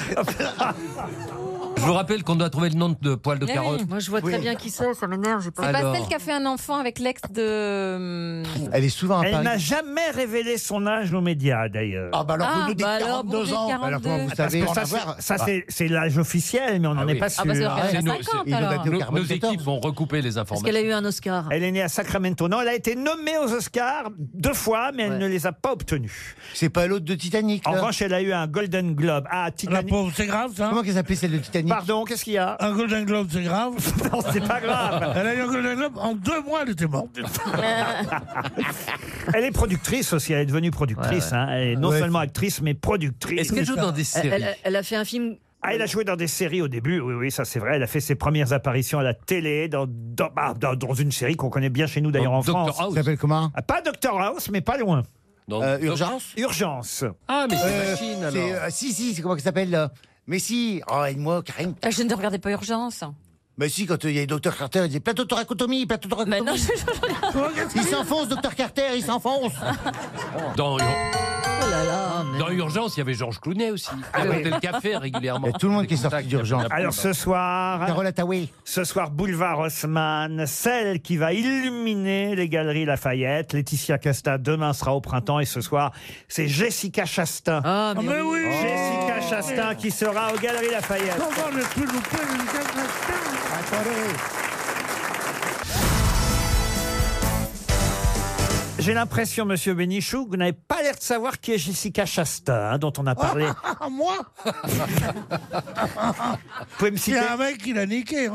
Je vous rappelle qu'on doit trouver le nom de poil de
Eh
carotte.
oui.
Moi, je vois très bien qui c'est, ça m'énerve. j'ai pas-
C'est
Alors.
pas celle qui a fait un enfant avec l'ex euh, de.
Elle est souvent à
Elle n'a
Paris.
jamais révélé son âge aux médias, d'ailleurs. Ah,
Ah bah alors, vous
Ah,
nous dites
bah alors,
42
vous
ans.
dites 42.
Alors comment vous
Parce
savez Ah.
que ça, c'est- ça, c'est- c'est l'âge officiel, mais on n'en
Ah
est
oui.
pas
Ah
sûr.
bah, c'est vrai qu'elle
C'est
a
nous,
50
c'est-
alors.
Ils nous
Nos, nos
ont 14.
équipes vont recouper les
Parce qu'elle
informations.
a eu un Oscar.
Elle est née à Sacramento. Non, elle a été nommée aux Oscars deux fois, mais elle
Ouais.
ne les a pas obtenus.
C'est pas l'autre de Titanic,
En
là
revanche, elle a eu un Golden Globe. Ah,
La
Titanic.
pauvre, c'est grave, ça
Comment qu'elle s'appelait celle de Titanic
Pardon, qu'est-ce qu'il y a
Un Golden Globe, c'est grave.
Non, c'est pas grave.
Elle a eu un Golden Globe, en deux mois, elle était morte.
Elle est productrice aussi. Elle est devenue productrice. hein. Elle est non
Ouais.
seulement actrice, mais productrice.
Est-ce qu'elle joue dans des
Elle,
séries
elle- elle a fait un film.
Ah, elle a joué dans des séries au début, oui, oui, ça c'est vrai. Elle a fait ses premières apparitions à la télé, dans, dans, bah, dans- dans une série qu'on connaît bien chez nous d'ailleurs en
Dr
France.
Elle
House.
s'appelle comment
Ah, pas Doctor House, mais pas loin.
Dans-
Euh,
dans-
Urgence
Urgence.
Ah, mais c'est
Euh,
machine
c'est,
alors.
euh, Si, si, c'est comment qu'elle s'appelle là Mais si Oh, aide-moi, Karine
Euh, Je ne regardais pas Urgence.
Mais si, quand euh, il y a le docteur Carter, il dit plateau thoracotomie, plateau
Mais
thoracotomie.
non, je-
Il s'enfonce, docteur Carter, il s'enfonce.
Dans, Ur-
Oh là là. mais- Ah
dans Urgence, il y avait Georges Clounet aussi. Il apportait le café régulièrement.
Il y a tout le monde qui est
Des
sorti
contacts,
d'Urgence.
il y a plein de-
Alors ce soir,
Carole Attaway.
Ce soir, boulevard Haussmann, celle qui va illuminer les galeries Lafayette. Laetitia Casta, demain sera au printemps. Et ce soir, c'est Jessica Chastain.
Ah,
Ah,
mais
mais
oui.
oui Oh.
Jessica Chastain qui sera aux galeries Lafayette.
Comment ne plus louper une catastrophe
J'ai l'impression, monsieur Bénichou, que vous n'avez pas l'air de savoir qui est Jessica Chastain, hein, dont on
Oh.
a parlé.
Ah, moi
Vous pouvez me
Il y
citer.
a un mec qui l'a niqué.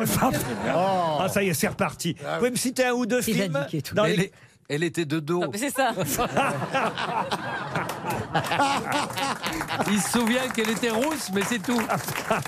Ah, ça y est, c'est reparti. Vous pouvez me citer un ou deux
Il a
films
niqué tout. Ah,
dans
Elle,
les-
est- elle était de dos.
c'est ça.
Il se souvient qu'elle était rousse, mais c'est tout.
Ah,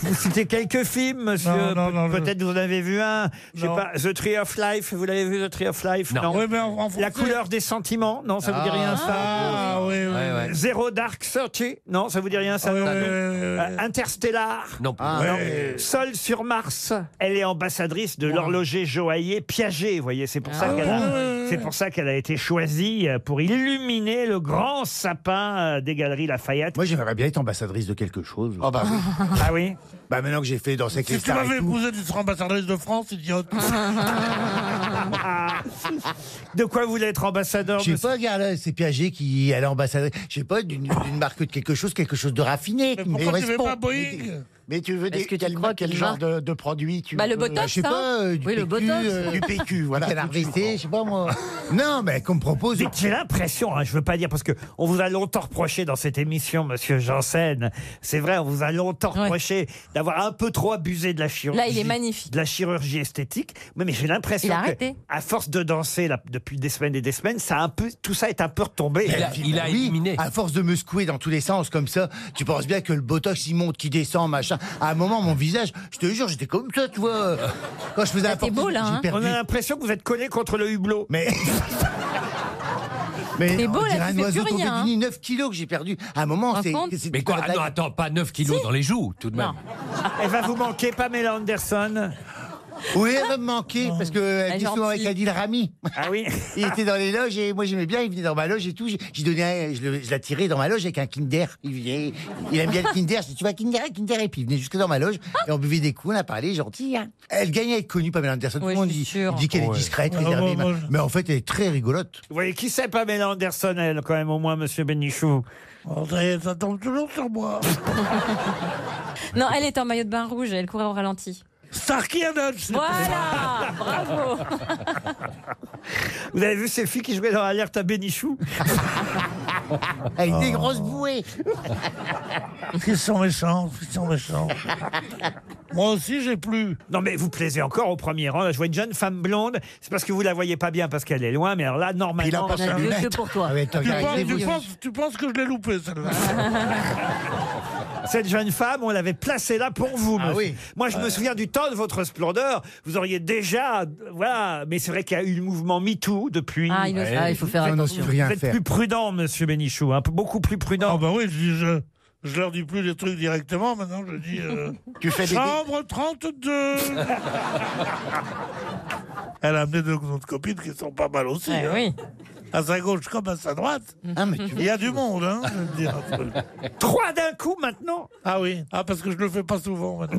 Vous citez quelques films, monsieur.
Non, non,
Pe-
non, je-
Peut-être vous en avez vu un. Je sais
Non.
pas. The Tree of Life. Vous l'avez vu, The Tree of Life
Non.
Oui, mais en, en français.
La couleur des sentiments Non, ça vous dit rien, ça
Ah, oui, oui.
Ouais, ouais.
Zero Dark Thirty Non, ça vous dit rien, ça
Ah, oui,
non
oui, oui, Ah,
Euh,
oui.
Interstellar
Non, plus.
Ouais.
Seul sur Mars, elle est ambassadrice de l'horloger joaillier Piaget, vous voyez, c'est pour ça
Ah,
qu'elle
ouais,
a
ouais,
C'est pour ça qu'elle a été choisie euh, pour illuminer le grand sapin euh, des Galeries Lafayette.
Moi, j'aimerais bien être ambassadrice de quelque chose.
Ah bah oui.
Ah oui
Bah maintenant que j'ai fait danser avec les
Si tu
stars et
m'avais
tout.
épousé, tu serais ambassadrice de France, idiote.
De quoi vous voulez être ambassadeur
Je sais
monsieur
pas, regarde, là, c'est Piaget qui est l'ambassadeur. Je sais pas, d'une d'une marque de quelque chose, quelque chose de raffiné. qui me
Pourquoi tu veux
correspond.
pas Boeing
Mais tu veux
Est-ce
des,
que tu
quel,
crois
quel
qu'il
genre
marque
de, de produit tu
Bah, le
veux
botox.
Je sais
Ça,
pas, euh, du
hein. Oui, le
PQ,
botox.
euh,
Du PQ, voilà.
Canard VC, je sais pas moi. Non, mais qu'on me propose.
Dites, J'ai l'impression, hein, je veux pas dire parce que on vous a longtemps reproché dans cette émission, Monsieur Janssen. C'est vrai, on vous a longtemps
Ouais.
reproché d'avoir un peu trop abusé de la chirurgie.
Là, il est magnifique.
De la chirurgie esthétique, mais, mais j'ai l'impression
Il a
que,
arrêté.
à force de danser là, depuis des semaines et des semaines, ça a un peu, tout ça est un peu retombé.
Il a, il a
Oui, Ah.
éliminé.
Ben, À force de me secouer dans tous les sens comme ça, tu penses bien que le botox il monte, qui descend, machin. À un moment, mon visage, je te jure, j'étais comme ça, tu vois. euh, Quand je faisais la
t'es
portée,
beau, là,
j'ai
hein.
perdu.
On a l'impression que vous êtes collé contre le hublot.
Mais. Mais
T'es beau,
on
là,
dirait
tu fais
un oiseau
plus rien, hein.
tombé du nid, 9 kilos que j'ai perdu. À un moment,
Par
c'est.
contre-
c'est-
Mais quoi
c'est-
Ah Non, attends, pas 9 kilos dans les joues, tout de même.
Non.
Elle va vous manquer, Pamela Anderson. Oh.
Oui, elle va me manquer parce
Elle
qu'elle
est
était souvent avec
gentille.
Adil Rami.
Ah oui.
Il était dans les loges et moi j'aimais bien, il venait dans ma loge et tout. J'ai- J'ai donné, un- je, le- je l'attirais dans ma loge avec un Kinder. Il, venait- il aime bien le Kinder. Je dis, tu vas Kinder, Kinder. Et puis il venait jusque dans ma loge et on buvait des coups, on a parlé, gentil. hein. Elle gagnait à être connue, Pamela Anderson.
Ouais,
tout le monde
je suis
dit,
sûre.
dit qu'elle est discrète,
Ouais,
réservée,
ouais,
mais,
ouais, je-
mais en fait elle est très rigolote.
Vous voyez, qui c'est Pamela Anderson, elle, quand même, au moins, monsieur Bénichou
Oh, ça, y est, ça tombe toujours sur moi.
Non, elle est en maillot de bain rouge et elle courait au ralenti.
Starkey and Hutch.
Voilà Bravo
Vous avez vu ces filles qui jouaient dans Alerte à Bénichou
Elle était
Oh.
grosse bouée.
Ils sont méchants, ils sont méchants. Moi aussi, j'ai plus.
Oh, Non, mais vous plaisez encore au premier rang. Là, je vois une jeune femme blonde. C'est parce que vous la voyez pas bien, parce qu'elle est loin. Mais alors là,
Il a
normalement.
pas
On a
sa
Dieu
lunette.
que pour toi.
Ah ouais, t'as
Tu penses,
regardé,
tu
vous-
penses- tu penses que je l'ai loupé, celle-là
Cette jeune femme, on l'avait placée là pour vous.
Ah
monsieur.
oui.
Moi, je me souviens du temps de votre splendeur. Vous auriez déjà, voilà. Mais c'est vrai qu'il y a eu le mouvement MeToo depuis.
Ah, il ose-
Ah, il faut faire
on n'ose plus
attention.
rien
Vous êtes
faire.
plus prudent, Monsieur Bénichou, hein, beaucoup plus
Ah
prudent.
bah oui, je, dis, je, je leur dis plus les trucs directement, maintenant je dis... euh,
Tu fais des...
Chambre 32 Elle a amené deux autres copines qui sont pas mal aussi.
Ouais,
hein.
Oui.
À sa gauche comme à sa droite.
Ah, mais tu-
Il y a du monde, hein, je vais te dire un truc.
Trois d'un coup maintenant.
Ah oui, ah, parce que je le fais pas souvent maintenant.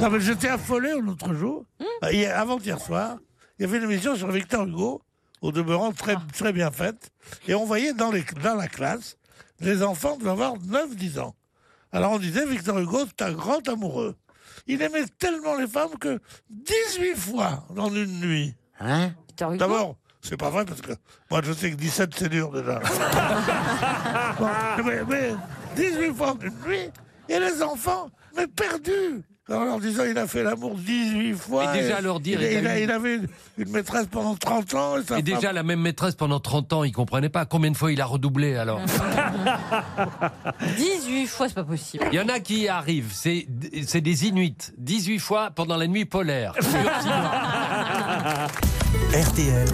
non, mais j'étais affolé l'autre jour, Euh, hier- avant-hier soir, il y avait une émission sur Victor Hugo, au demeurant très, très bien faite, et on voyait dans, les, dans la classe les enfants devaient avoir 9-10 ans. Alors on disait Victor Hugo, c'est un grand amoureux. Il aimait tellement les femmes que 18 fois dans une nuit.
Hein
Victor Hugo.
D'abord, c'est pas vrai parce que moi je sais que 17 c'est dur déjà. Bon, mais, mais 18 fois une nuit et les enfants, mais perdus. En leur disant, il a fait l'amour 18 fois.
Et déjà,
et-
leur dire,
Il,
il a
il a-
eu-
il avait une, une maîtresse pendant 30 ans. Et, sa
Et déjà,
femme-
la même maîtresse pendant 30 ans, il comprenait pas. Combien de fois il a redoublé alors
18 fois, c'est pas possible.
Il y en a qui y arrivent, c'est c'est des Inuits, 18 fois pendant la nuit polaire.
RTL,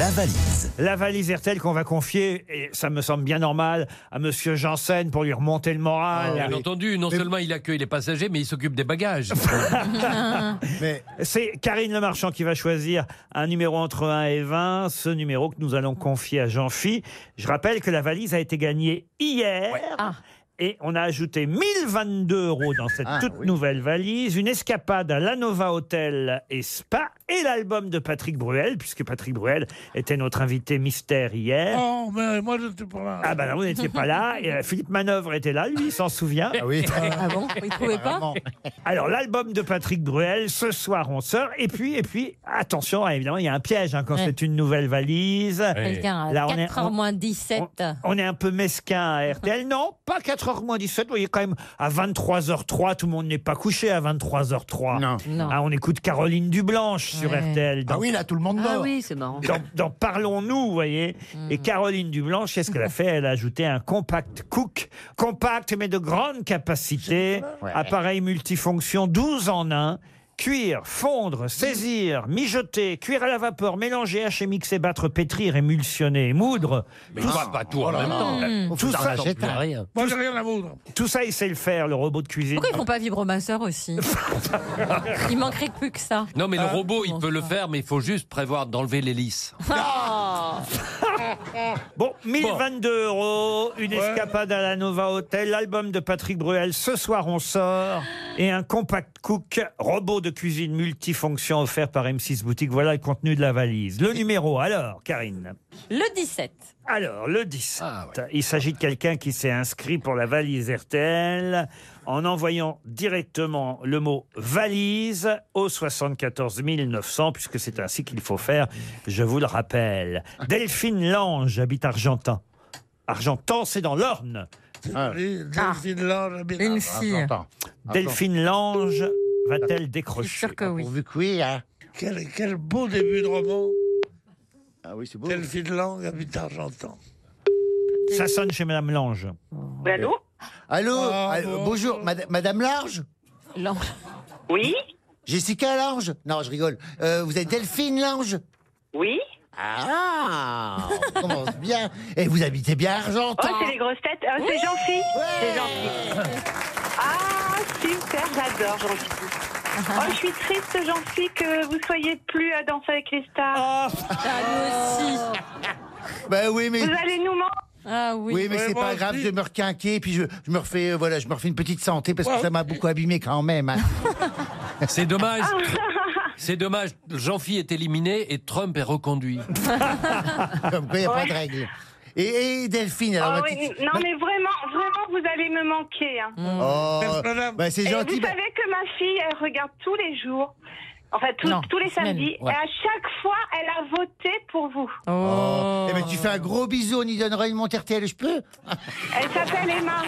la valise.
La valise RTL qu'on va confier, et ça me semble bien normal, à Monsieur Janssen pour lui remonter le moral.
Ah, Bien entendu, non seulement il accueille les passagers, mais il s'occupe des bagages.
Mais
C'est Karine Le Marchand qui va choisir un numéro entre 1 et 20, ce numéro que nous allons confier à Jean-Phi. Je rappelle que la valise a été gagnée hier.
Ah.
Et on a ajouté 1022 euros dans cette
Ah,
toute
oui.
nouvelle valise, une escapade à l'Anova Hotel et Spa, et l'album de Patrick Bruel, puisque Patrick Bruel était notre invité mystère hier.
Oh, mais moi je n'étais pas là.
Ah bah non, vous n'étiez pas là, et euh, Philippe Manœuvre était là, lui, il s'en souvient.
ah oui.
Ah bon Vous ne trouvez pas
Vraiment.
Alors l'album de Patrick Bruel, ce soir on sort. Et puis, et puis attention, hein, évidemment, il y a un piège hein, quand
Ouais.
c'est une nouvelle valise.
euh,
Quelqu'un à
Là, on est-
4h moins 17.
On est un peu mesquin à RTL. Non, pas 4h moins 17. Vous voyez quand même, à 23h03, tout le monde n'est pas couché à 23h03.
Non.
Non.
Ah, on écoute Caroline Dublanche sur
Ouais.
RTL. Dans,
Ah oui, là, tout le monde
Ah
dort.
oui, c'est marrant.
dans- dans Parlons-nous, vous voyez. Et Caroline Dublanche, qu'est-ce qu'elle a fait Elle a ajouté un compact cook. Compact, mais de grande capacité. Appareil multifonction, 12 en 1. Cuire, fondre, saisir, mijoter, cuire à la vapeur, mélanger, hacher, mixer, battre, pétrir, émulsionner, et moudre.
Mais on va pas tout en même temps. Faut
Tout
faire
ça,
la jette, hein. Rien.
Moi, j'ai rien à moudre.
Tout ça, il sait le faire, le robot de cuisine.
Pourquoi ils font pas vibromasseur aussi Il manquerait plus que ça.
Non, mais le robot, il peut le faire, mais il faut juste prévoir d'enlever l'hélice.
Bon, 1022 euros, une escapade à la Nova Hotel, l'album de Patrick Bruel, ce soir on sort, et un compact cook, robot de cuisine multifonction offert par M6 Boutique. Voilà le contenu de la valise. Le numéro, alors, Karine
Le 17.
Alors, le 17, il s'agit de quelqu'un qui s'est inscrit pour la valise RTL en envoyant directement le mot valise au 74 900, puisque c'est ainsi qu'il faut faire, je vous le rappelle. Delphine Lange habite Argentan. Argentan, c'est dans l'Orne.
Ah.
Delphine Lange habite
Une
Argentan.
fille.
Argentan.
Delphine Lange va-t-elle décrocher
hein. Quel, quel beau début de roman. Ah oui, c'est beau. Delphine Lange habite Argentan.
Ça sonne chez Madame Lange.
allô Allô
Ah
allô,
bon.
Bonjour, madame, madame Large
Lange.
Oui Jessica Lange Non, je rigole. Euh, vous êtes Delphine Lange Oui Ah On commence bien. Et vous habitez bien Argentan
Oh, c'est les grosses têtes. Ah,
Oui.
c'est gentil. C'est gentil. Ah, super, j'adore gentil. Oh, je suis triste, gentil, que vous soyez plus à danser avec les
Ah.
stars.
Ah,
nous aussi.
Bah oui, mais...
Vous allez nous mentir.
Ah
Oui, mais c'est pas grave de me requinquer, puis je, je me refais, euh, voilà, je me refais une petite santé parce que ça m'a beaucoup abîmé quand même. hein.
C'est dommage. C'est dommage. Jean-Phi est éliminé et Trump est reconduit.
Comme quoi, il n'y a pas de règle. Et, et Delphine, alors.
Ah
ma
oui,
petite-
non,
ma-
mais vraiment, vraiment, vous allez me manquer. hein.
Oh, bah, c'est
Et
gentil.
Vous
bah-
savez que ma fille, elle regarde tous les jours, enfin tous,
Non,
tous les
semaine,
samedis,
ouais.
et à chaque fois, elle a voté pour vous.
Oh. Eh ben, tu fais un gros bisou, on y donnera une montre RTL, je peux
Elle s'appelle Emma.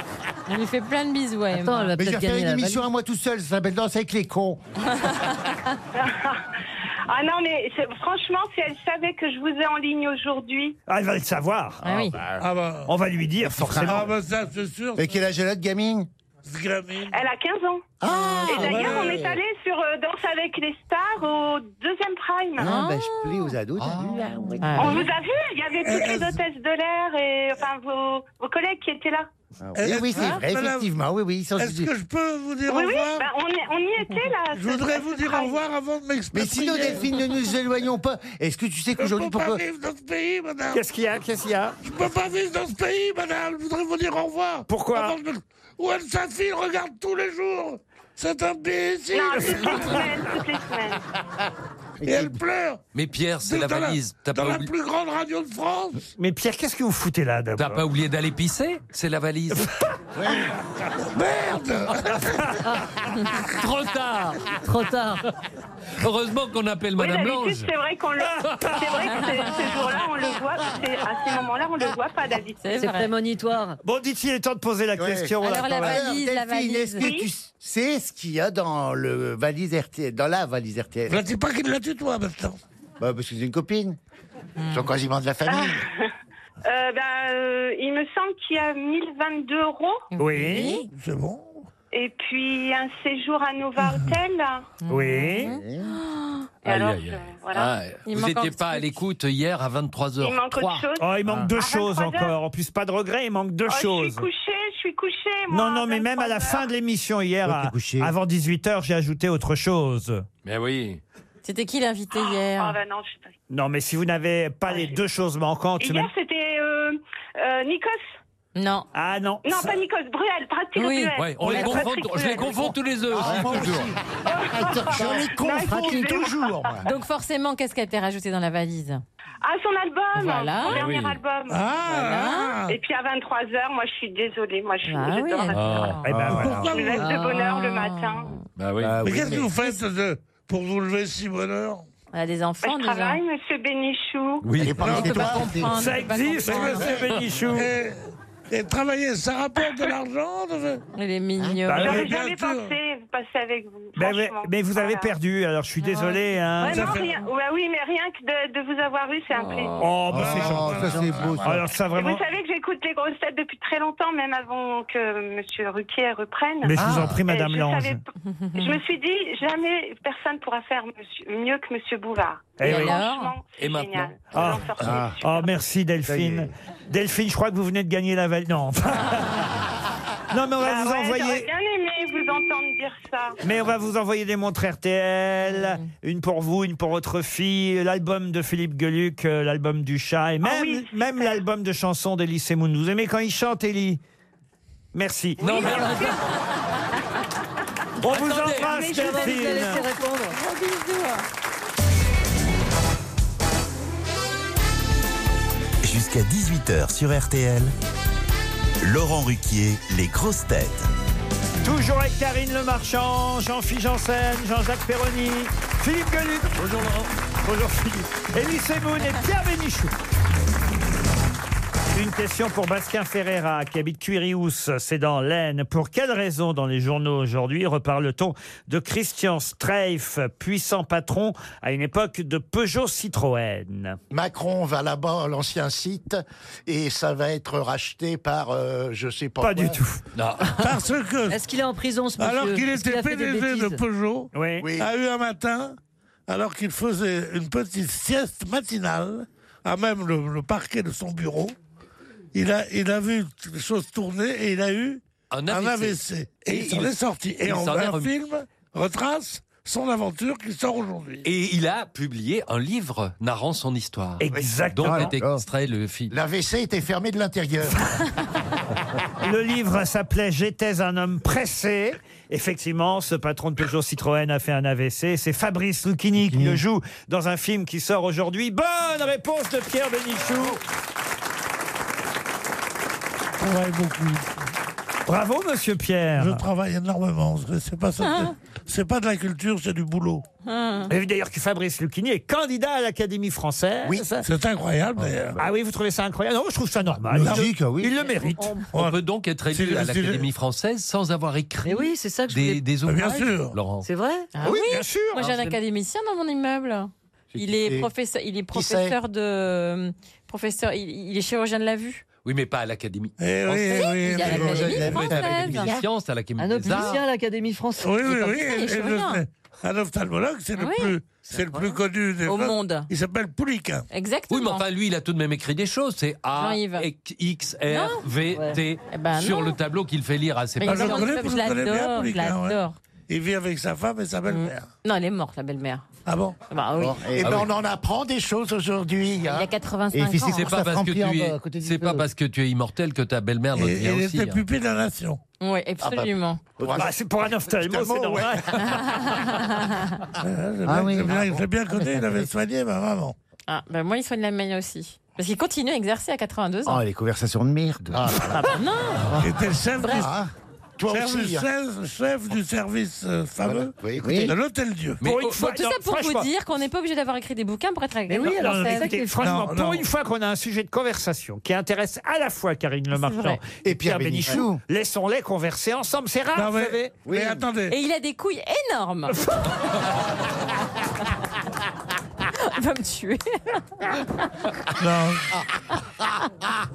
On lui fait plein de bisous à Emma.
Mais je vais faire une émission à moi tout seul, ça s'appelle Danse avec les cons.
Ah non, mais c'est- franchement, si elle savait que je vous ai en ligne aujourd'hui,
Ah, elle va le savoir.
Ah oui.
On va lui dire, forcément.
bah. Ah bah ça, c'est sûr.
Et bah. quel âge elle a de gamine
elle a 15 ans.
Ah,
et d'ailleurs, on est allé sur euh, Danse avec les stars au deuxième prime.
Ah, bah, je plie aux ados,
Ah.
t'as vu, là, on est-
Ah,
On vous a vu, il y avait toutes les
Euh,
hôtesses de l'air et enfin vos, vos collègues qui étaient là.
Ah oui, oui, c'est vrai, effectivement, oui, oui. sans-
Est-ce que je peux vous dire
oui,
au
oui,
revoir
bah, on, est- on y était là.
Je voudrais vous dire au revoir avant de
Mais
m'exprimer.
sinon, Delphine, ne nous éloignons pas. Est-ce que tu sais qu'aujourd'hui,
Je peux
pourquoi
pas vivre dans ce pays, madame.
Qu'est-ce qu'il y a Qu'est-ce qu'il y a
Je peux pas vivre dans ce pays, madame. Je voudrais vous dire au revoir.
Pourquoi
Avant de me- Où elle sa fille regarde tous les jours C'est imbécile.
Non, toutes les semaines, toutes les semaines.
Et elle pleure.
Mais Pierre, c'est la
Dans la-
valise. T'as
dans
pas
la
oublié-
plus grande radio de France.
Mais Pierre, qu'est-ce que vous foutez là
T'as
d'abord
pas oublié d'aller pisser C'est la valise.
Merde
Trop tard Trop tard Heureusement qu'on appelle
Oui,
Madame
d'habitude,
Lange.
Ah, c'est vrai qu'on le. C'est vrai que c'est- ce jour-là, on le voit. c'est- À ces moments-là, on le voit pas d'habitude.
C'est prémonitoire.
Bon, dites-il est temps de poser la question. là, quand même.
Delphine, est-ce que tu sais ce qu'il y a dans le valise RTL, dans la valise RTL
Je ne Bah, dis pas qu'il la tutoie maintenant.
Bah, parce que c'est une copine. Ils sont quasiment de la famille.
Ah. Euh, bah, euh, il me semble qu'il y a 1022 euros
Oui.
C'est bon.
et puis un séjour à
Mmh.
Nova Hotel.
Oui.
Et alors,
Aïe, aïe, aïe.
je- voilà.
Ah,
Il
vous
manque
n'étiez
un
pas à l'écoute hier à 23h.
Il manque autre chose.
Oh, il
Ah.
manque deux choses
23 heures.
encore. En plus, pas de regret, il manque deux
Oh, Je
choses.
suis couchée, je suis couchée. moi,
Non, non, mais même à la
23
fin de l'émission hier, à- avant 18h, j'ai ajouté autre chose.
Mais oui.
C'était qui l'invité
heures. Ah
hier
bah non, je sais pas.
Non, mais si vous n'avez pas les deux choses manquantes,
Et
c'est
Hier,
même-
c'était euh, euh, Nikos.
Non.
ah non.
Non,
ça-
pas Nikos, Bruel, Patrick
Oui.
Bruel.
Ouais, on les
Patrick
confond,
Bruel.
je les confonds tous les deux.
Ah,
toujours.
J'en ai con,
Non, Bah, il faut
Franklin,
ouvrir.
toujours. moi.
Donc forcément, qu'est-ce qu'elle t'a rajouté dans la valise
Ah, son album
Voilà.
Son dernier
oui.
album.
Ah,
Et puis à 23h, moi je suis désolée, moi je suis
Ah oui, Ah.
j'adore la-
Ah,
Eh ben, voilà.
Pourquoi
Je me
vous...
lève de bonne heure le matin.
bah oui.
Mais qu'est-ce que vous faites de... pour vous lever si bonne heure
Elle a des
Bah,
enfants
je
déjà.
travaille, monsieur Bénichou.
Elle est parmi
Non,
les
on peut
trois.
pas Eh,
comprendre.
Ça
pas
existe,
comprendre.
monsieur Bénichou.
et... et travailler, ça rapporte de l'argent de-
Elle est mignonne.
Bah,
J'aurais
bien
jamais
sûr.
pensé, passé avec vous.
Mais, mais-
franchement.
Ben mais vous avez
Voilà.
perdu, alors je suis désolé. hein.
Ouais, non, rien- ouais, oui, mais rien que de, de vous avoir eu, c'est un plaisir.
Oh, bah, c'est gentil. Alors ça,
Et
vraiment...
Vous savez que j'écoute les grosses têtes depuis très longtemps, même avant que Monsieur Ruquier reprenne. Ah.
Mais je vous en prie,
Et
Madame
je
Lange.
savais- Je me suis dit, jamais personne pourra faire monsieur- mieux que Monsieur Bouvard.
Eh oui.
Franchement, c'est
Et maintenant
génial.
Ah, ah. Ah, merci Delphine. Delphine, je crois que vous venez de gagner la valise. Non. non, mais
Ah
on va vous
ouais, J'aurais
envoyer.
bien aimé vous entendre dire ça.
Mais on va vous envoyer des montres RTL, une pour vous, une pour votre fille, l'album de Philippe Geluc, euh, l'album du chat, et même, même l'album de chansons d'Elie Semoun. Vous aimez quand il chante, Elie Merci. Non, mais... On vous embrasse, Delphine.
Jusqu'à 18h sur RTL. Laurent Ruquier, les grosses têtes.
Toujours avec Karine Le Marchand, Jean-Philippe Janssen, Jean-Jacques Perroni, Philippe Gueluc. Bonjour Laurent. Bonjour Philippe. Elie Semoun et Pierre Bénichou. Une question pour Bastien Ferreira, qui habite Cuirius, c'est dans l'Aisne. Pour quelle raison, dans les journaux aujourd'hui, reparle-t-on de Christian Streif, puissant patron à une époque de Peugeot Citroën
Macron va là-bas, à l'ancien site, et ça va être racheté par, euh, je sais pas.
Pas du tout.
Parce que.
Est-ce qu'il est en prison, ce monsieur
Alors qu'il
Parce
était
a fait des
PDG de
bêtises.
Peugeot,
Oui.
a eu un matin, alors qu'il faisait une petite sieste matinale, à même le, le parquet de son bureau, il a, il a vu les choses tourner et il a eu
Un
un
AVC.
AVC. Et,
Et
il s'en
il-
est sorti.
il
Et en,
s'en est
un
remis.
film retrace son aventure qui sort aujourd'hui.
Et il a publié un livre narrant son histoire.
Exactement.
Dont est extrait le film.
L'AVC était fermé de l'intérieur.
Le livre s'appelait J'étais un homme pressé. Effectivement, ce patron de Peugeot Citroën a fait un AVC. C'est Fabrice Lucchini qui le joue dans un film qui sort aujourd'hui. Bonne réponse de Pierre Benichou.
travaille beaucoup.
Bravo, monsieur Pierre.
Je travaille énormément. C'est pas, ça- c'est pas de la culture, c'est du boulot.
Vous avez vu d'ailleurs que Fabrice Lucchini est candidat à l'Académie française.
Oui.
C'est incroyable d'ailleurs.
Ah oui, vous trouvez ça incroyable Non, je trouve ça normal.
Logique,
il,
oui.
il le mérite.
On peut donc être
C'est-
élu à
c'est-
l'Académie française sans avoir écrit
Mais oui, c'est ça que je
des,
voulais...
des
Ah,
ouvrages.
bien sûr.
Laurent. Ah.
C'est vrai
oui, bien sûr.
Moi, j'ai un académicien dans mon immeuble. Il est
Et-
professeur, il est
c'est
professeur de euh, professeur, il, il est chirurgien de la vue.
Oui, mais pas à l'Académie.
Eh oui, eh oui,
Il y a
eh oui.
l'Académie
la-
française. Ah.
L'Académie des sciences, à l'Académie
Un
des
opticien à
arts.
l'Académie française.
Oui, oui,
pas
oui.
plus qu'un
et je
écrivain.
sais. Un ophtalmologue, c'est le
Ah Oui.
plus, c'est le plus connu des
Au
vrais.
monde.
Il s'appelle Pouliquen.
Exactement.
Oui, mais enfin, lui, il a tout de même écrit des choses. C'est A,
Jean-Yves.
X, R, V, T
Eh ben,
sur
non.
le tableau qu'il fait lire à ses
Mais
Ah,
parents.
je le
Jean-Yves,
connais, vous
je
le connaissez bien,
l'adore, je
Pouliquen, ouais.
l'adore.
Il vit avec sa femme et sa belle-mère.
Non, elle est morte, la belle-mère.
Ah bon
Bah oui.
Et ben on en apprend des choses aujourd'hui.
Il
hein.
a 85
Et il fait
ans.
ses
C'est
Pour ça,
pas, parce que,
Franck Pierre,
tu
bah, à côté
es,
du
c'est pas
feu.
parce que tu es immortel que ta belle-mère
Et
le devient
il
aussi.
était
hein.
pupille de la nation.
Oui, absolument.
Bah, c'est pour un ophtalmo, c'est
Ophtalmo, ouais.
normal.
Ah, j'ai
Ah
bien-
oui.
j'ai bien,
Ah bon.
j'ai bien
Ah,
connu,
mais ça
il avait
fait-
soigné ma maman.
Ah, ben moi, il soigne la mienne aussi. Parce qu'il continue à exercer à 82 ans.
Oh, les conversations de merde.
Ah bah non
Il était le chef du,
Ah.
Toi
chef du-
aussi. hein.
chef- chef du service euh, fameux
Oui, écoutez,
Oui.
de l'Hôtel Dieu.
Mais
Pour une
oh,
fois,
Tout
non,
ça pour vous
franchement.
dire qu'on n'est pas obligé d'avoir écrit des bouquins pour être
Mais
agréable.
oui, alors,
Non,
c'est ça qui
écoutez,
est fou.
franchement,
Non,
pour
non.
une fois qu'on a un sujet de conversation qui intéresse à la fois Karine Le Marchand
vrai.
et Pierre Bénichou,
Bénichou.
laissons-les converser ensemble. C'est rare,
Non,
vous
mais,
savez.
mais attendez.
Et il a des couilles énormes Il va me tuer.
Non.
Ah.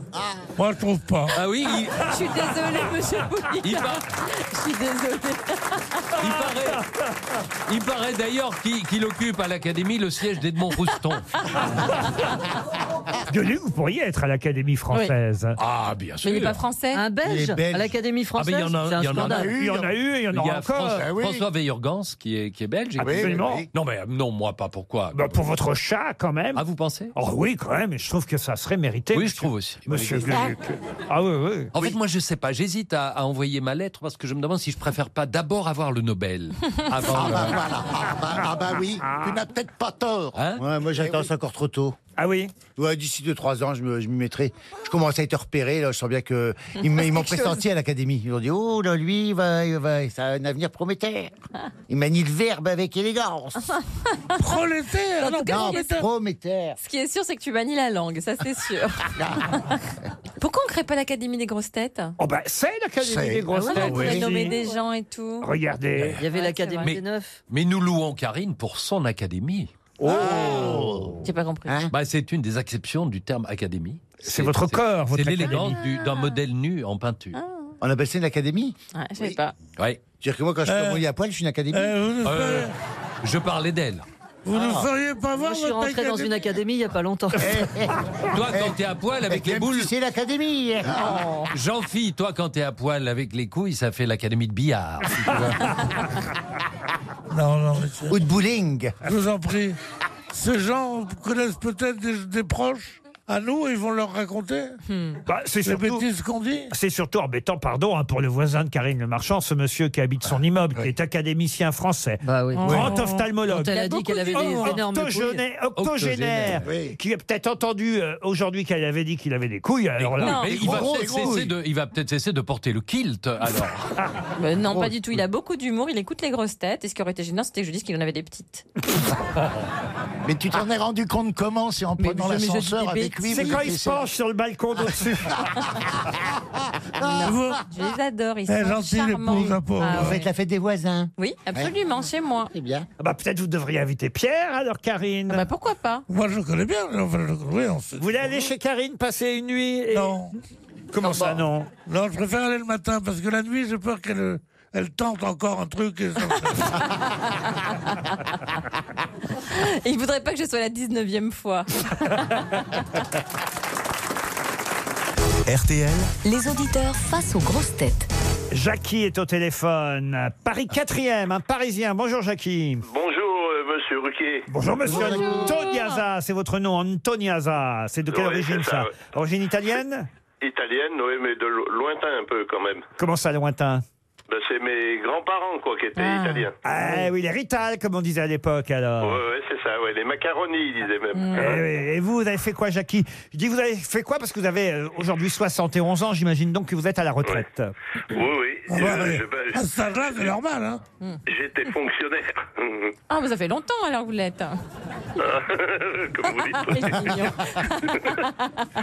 Moi, je trouve pas.
Ah oui, il,
Je suis désolée, monsieur Bouillard.
il par-
Je suis désolée.
il paraît, il paraît d'ailleurs qu'il, qu'il occupe à l'Académie le siège d'Edmond Rouston.
Ah, Gueulez, vous pourriez être à l'Académie française.
Ah, bien sûr.
Mais il n'est pas français.
Un Belge
Les Belges.
à l'Académie française,
Ah, mais il y en a-
c'est un
il y en a
scandale.
Il y en a eu, il y en
Il y
aura
a
encore.
François,
Ah oui.
François Veillorgans qui est, qui est belge. et
Ah oui,
qui-
Absolument.
oui,
Non, mais non, moi pas. Pourquoi
Bah, pour votre chat, quand même.
Ah, vous pensez
Oh oui, quand même, et je trouve que ça serait mérité.
Oui,
monsieur-
je trouve aussi.
Monsieur Gueuluc. Ah oui, oui.
En fait, moi, je sais pas. J'hésite à, à envoyer ma lettre parce que je me demande si je préfère pas d'abord avoir le Nobel. Avant.
Ah
le-
bah voilà, ah bah, ah bah oui, tu n'as peut-être pas tort.
Hein
Ouais, moi j'attends, c'est encore trop tôt.
Ah oui
Ouais, D'ici 2-3 ans, je me- je m'y mettrai. Je commence à être repéré, là, je sens bien que. Ils m- ils m'ont pressenti à l'académie. Ils ont dit Oh là, lui, il va, il va, ça a un avenir prometteur.
Ah.
Il manie le verbe avec élégance.
Prolétaire
En tout cas,
Non,
ce qui est sûr-
prometteur.
ce qui est sûr, c'est que tu manies la langue, ça c'est sûr. Pourquoi on crée pas l'Académie des grosses têtes
Oh bah c'est l'Académie des grosses
Ah ouais,
têtes.
On pourrait nommer des gens et tout.
Regardez.
Il y avait
Ouais,
l'Académie
c'est
des Neufs.
Mais nous louons Karine pour son académie.
Oh.
vrai. Oh. J'ai pas compris.
Bah, c'est une des exceptions du terme académie.
C'est votre corps, votre
C'est l'élégance du- d'un modèle nu en peinture.
Ah.
On appelle ça une académie
Ouais, je sais pas.
Ouais.
C'est-à-dire que moi, quand je suis
Euh,
mouillé à poil, je suis une académie.
Euh, vous ne
Euh,
feriez-
je parlais d'elle.
vous ne feriez pas
Ah. Moi,
voir
je suis
votre
rentré dans
académie
une académie il n'y a pas longtemps.
Toi,
Eh.
quand t'es à poil avec les boules,
C'est l'académie Oh.
jean phi toi, quand t'es à poil avec les couilles, ça fait l'académie de billard. si tu veux.
Non, non, monsieur.
Ou de bowling
Je vous en prie. Ces gens connaissent peut-être des, des proches à nous, ils vont leur raconter
Bah, c'est
les
surtout.
bêtises qu'on dit.
C'est surtout embêtant, pardon, hein, pour le voisin de Karine Le Marchand, ce monsieur qui habite son immeuble, qui
oui.
est académicien français,
Bah oui.
grand
Quand
ophtalmologue.
elle a dit qu'elle avait
Oh,
des énormes couilles.
octogénaire, octogénaire,
Oui.
qui a peut-être entendu euh, aujourd'hui qu'elle avait dit qu'il avait des couilles. bah, Alors là,
Non.
Mais il
gros
va
gros,
peut-être
gros,
cesser
oui.
de, il va peut-être cesser de porter le kilt, alors.
Mais non, pas du tout. Il a beaucoup d'humour, il écoute les grosses têtes. Et ce qui aurait été gênant, c'était que je dise qu'il en avait des petites.
Mais tu t'en es rendu compte comment C'est en
Mais
prenant
je- mais je dis
l'ascenseur
des
avec lui. Ah,
c'est
vous
quand
dites,
il
mais
se penche sur le balcon d'au-dessus.
Vous-
Je les adore, ils
Eh,
sont
gentil, les
charmants.
pauvres, pauvres.
Ah
Vous
ouais.
faites la fête des voisins.
Oui, absolument, chez moi.
C'est bien.
Ah bah, peut-être vous devriez inviter Pierre, alors Karine.
Ah bah pourquoi pas
Moi, je connais bien. enfin, je- oui, on se-
vous voulez aller chez Karine passer une nuit et-
Non.
Comment
Ah, bah.
ça, non
non, je préfère aller le matin parce que la nuit, j'ai peur qu'elle elle tente encore un truc. et ça-
Ah,
Et Il voudrait pas que je sois la 19e fois.
RTL,
Les auditeurs face aux grosses têtes.
Jackie est au téléphone. à Paris 4e, un Parisien. Bonjour Jackie.
Bonjour, euh, monsieur Ruquier.
Bonjour monsieur Antoniaza, c'est votre nom, Antoniaza. C'est de quelle
Oui,
origine
c'est
ça,
ça, oui.
Origine italienne
Italienne, oui, mais de lo- lointain un peu quand même.
Comment ça, lointain
Ben, c'est mes grands-parents, quoi, qui étaient
Ah.
italiens.
Ah oui, les Rital, comme on disait à l'époque alors.
Ouais, ouais, c'est ça, ouais. Les macaronis, ils disaient
Mm.
même.
Eh oui, Et vous, vous avez fait quoi, Jackie Je dis, vous avez fait quoi Parce que vous avez euh, aujourd'hui 71 ans, j'imagine donc que vous êtes à la retraite.
Oui, oui.
Ah,
Euh,
bah, mais
je- ben,
À ce stade-là, c'est normal. Hein.
Mm.
J'étais fonctionnaire.
Ah, mais ça fait longtemps alors que vous l'êtes.
Comme vous
Ah,
dites.
c'est mignon.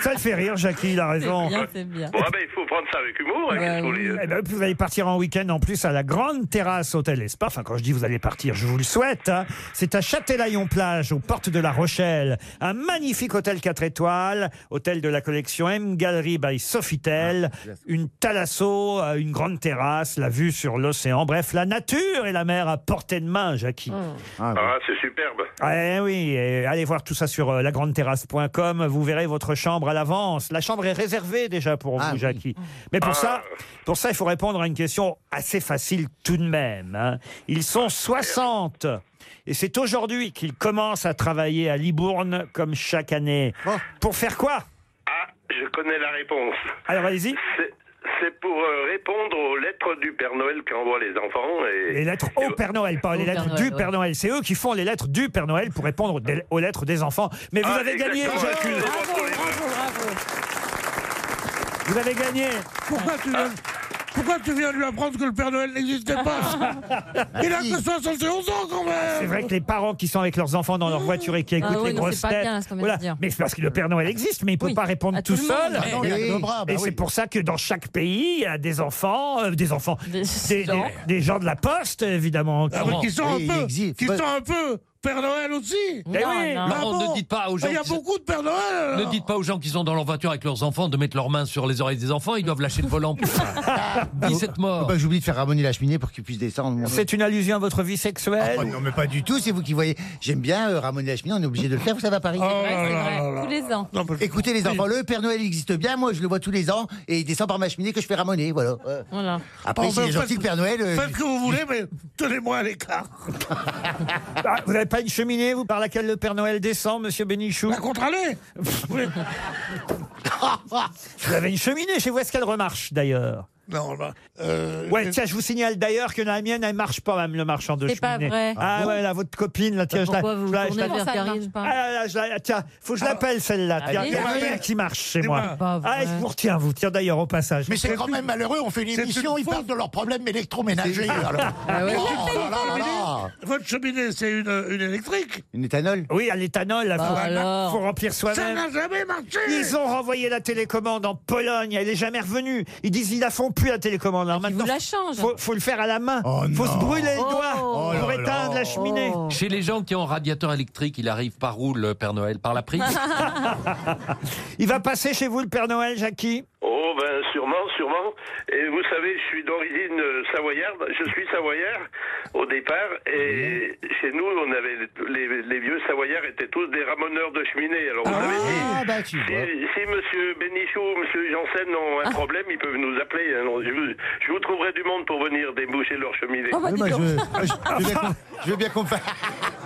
Ça le fait rire, Jackie, il a raison.
C'est bien, c'est bien.
Bon, ah ben, il faut prendre ça avec humour, hein,
Bah
qu'est-ce que vous
oui.
voulez, hein.
Eh ben, puis vous allez partir en week-end en plus à la grande terrasse Hôtel Espa. Enfin, quand je dis vous allez partir, je vous le souhaite. hein. C'est à Châtelaillon-Plage, aux portes de La Rochelle. Un magnifique hôtel 4 étoiles, hôtel de la collection M Gallery by Sofitel. Une thalasso, euh, une grande terrasse, la vue sur l'océan. Bref, la nature et la mer à portée de main, Jackie.
Oh.
Ah, c'est superbe.
Ah, eh oui, et allez voir tout ça sur euh, lagrandeterrasse.com. Vous verrez votre chambre à l'avance. La chambre est réservée déjà pour
Ah
vous,
oui.
Jackie. Mais pour
Ah.
ça, pour ça, il faut répondre à une question assez facile tout de même. hein. Ils sont 60. Et c'est aujourd'hui qu'ils commencent à travailler à Libourne, comme chaque année.
Oh.
Pour faire quoi
Ah, je connais la réponse.
Alors allez-y.
C'est- C'est pour euh, répondre aux lettres du Père Noël qu'envoient les enfants. Et... Oh,
Les lettres au Père Noël, pas les
Au
lettres
Père
du
Noël, ouais.
Père Noël. C'est eux qui font les lettres du Père Noël pour répondre aux des- aux lettres des enfants. Mais vous
Ah,
avez gagné,
exactement,
Jackie.
c'est bon pour les deux.
Vous avez gagné.
Pourquoi, tu viens, pourquoi tu viens lui apprendre que le Père Noël n'existait pas Il a que 71 ans quand
Ah. C'est
même
vrai que les parents qui sont avec leurs enfants dans leur voiture et qui écoutent
Ah oui,
les
non,
grosses
c'est pas
têtes.
bien, ce qu'on vient de dire.
Mais c'est parce que le Père Noël existe, mais il ne peut
Oui,
pas répondre
à
tout,
tout le
secle.
monde.
Ah non, il y a que deux bras, bah
et
oui.
c'est pour ça que dans chaque pays, il y a des enfants, euh, des enfants,
Des
des,
gens.
des- des gens de la poste, évidemment.
Ah, mais qui sont
Oui, il
un peu,
existe.
qui
Bah-
sont un peu Père Noël aussi.
Eh oui.
non.
Ah
Non,
bon
ne dites pas aux gens.
Il y a
qui sont-
beaucoup de Père Noël.
Ne
alors.
dites pas aux gens qui sont dans leur voiture avec leurs enfants de mettre leurs mains sur les oreilles des enfants, ils doivent lâcher le volant. pour ça. 17
Faut
morts.
pas que Oh, bah, j'oublie de faire ramonner la cheminée pour qu'il puisse descendre.
C'est une allusion à votre vie
Ah,
sexuelle
bah non, mais pas du tout, c'est vous qui voyez. J'aime bien euh, ramonner la cheminée, on est obligé de le faire, vous savez, à Paris.
Oh
Ouais,
là
c'est
là
vrai.
là là.
Tous les ans.
Non, mais-
Écoutez les enfants, le Père Noël existe bien, moi je le vois tous les ans et il descend par ma cheminée que je fais ramonner, voilà. Euh,
Voilà.
Après,
Oh,
si
bah,
les
faites-
gentils, le Père Noël. euh,
Faites ce que vous voulez, mais tenez-moi à l'écart.
Ah, Vous n'avez pas une cheminée, vous, par laquelle le Père Noël descend, monsieur Bénichou
La contre-allée Oui.
Vous avez une cheminée chez vous, est-ce qu'elle remarche, d'ailleurs
Non, bah, euh,
Ouais, tiens, je vous signale d'ailleurs que la mienne, elle marche pas, même le marchand de cheminée.
C'est pas vrai.
Ah ouais, là, votre copine, là, tiens, je la-
Pourquoi vous
je
vous
la- je la-
tournez vers
Comment ça, elle marche
Karine
Ah
pas Ah.
là là, je la- tiens, faut que je l'appelle celle-là. Il y a
Allez.
y a
Dis-moi.
rien qui marche chez
Dis-moi.
moi.
Pas
Ah, je
vrai.
vous retiens, vous tiens d'ailleurs au passage.
Mais c'est quand même malheureux, on fait une
C'est
émission,
une
ils parlent de leurs problèmes électroménagers. alors.
Ah ouais.
Oh là là là là.
Bernard.
Votre cheminée, c'est une, une électrique
Une éthanol
Oui, à l'éthanol, il
Ah,
faut,
alors.
faut remplir
Ça
soi-même.
n'a jamais marché
Ils ont renvoyé la télécommande en Pologne, elle est jamais revenue. Ils disent ils la font plus la télécommande. Alors maintenant,
la change.
Faut, faut le faire à la main.
Oh
faut se brûler les doigts pour éteindre la cheminée.
Chez les gens qui ont un radiateur électrique, il arrive par où le Père Noël Par la prise
Il va passer chez vous le Père Noël, Jackie
Oh ben sûrement, sûrement. Et vous savez, je suis d'origine euh, savoyarde. Je suis savoyard au départ. Et chez nous, on avait les, les vieux savoyards étaient tous des ramoneurs de cheminée. Alors vous
Ah,
savez, si, si, si Monsieur Bénichou, Monsieur Janssen ont
Ah.
un problème, ils peuvent nous appeler. hein. Non, je, vous, je vous trouverai du monde pour venir déboucher leur cheminée.
Ah, bah,
Oui, moi, je, je- je veux bien qu'on- je veux bien qu'on fasse.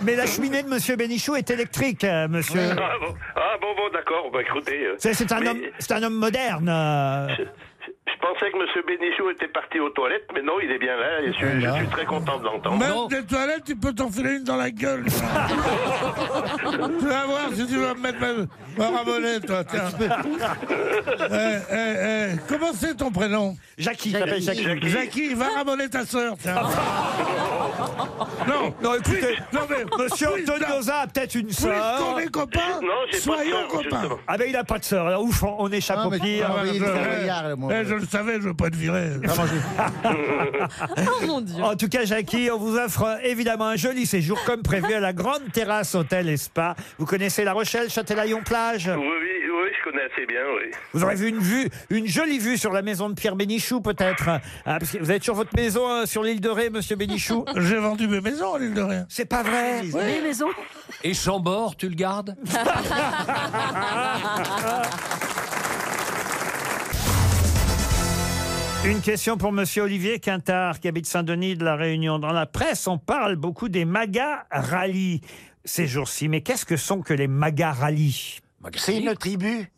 Mais la cheminée de Monsieur Bénichou est électrique, euh, monsieur.
Ah bon, ah, bon, bon, d'accord. Bah, écoutez, euh,
C'est c'est un,
mais
homme- c'est un homme moderne. euh.
Je pensais que Monsieur Bénichou était parti aux toilettes, mais non, il est bien là. Et je, je suis très content de l'entendre.
Même des toilettes, tu peux t'enfiler une dans la gueule. tu vas voir si tu vas me mettre ma, ma ramonée, toi. Tiens. Eh, eh, eh, Comment c'est ton prénom
Jackie, il s'appelle Jackie. Jackie.
Jackie, va ramoner ta sœur. tiens. non,
Non, écoutez,
non, mais-
Monsieur
Oui,
Antonioza a peut-être une sœur.
qu'on est copains,
Non, j'ai pas de
soyons
sœur,
copains.
justement.
Ah ben il a pas de sœur. Alors ouf, on on échappe
Ah,
au
mais tu
pire.
parles.
Ah,
oui,
je,
il est savoyard, le moi.
eh, je le Ah, savais, je veux pas te virer.
Ah, bah,
Oh mon dieu.
En tout cas, Jackie, on vous offre euh, évidemment un joli séjour comme prévu à la grande terrasse hôtel et spa. Vous connaissez La Rochelle, Châtelaillon plage.
Oui, oui, oui, je connais assez bien, oui.
Vous aurez vu une vue, une jolie vue sur la maison de Pierre Bénichou peut-être. Ah, parce que vous êtes sur votre maison euh, sur l'île de Ré, Monsieur Bénichou.
J'ai vendu mes maisons à l'île de Rien.
C'est pas vrai.
Les maisons.
Et Chambord, tu le gardes
Une question pour Monsieur Olivier Quintard, qui habite Saint-Denis de la Réunion. Dans la presse, on parle beaucoup des magas rallies ces jours-ci. Mais qu'est-ce que sont que les magas rallies
C'est une tribu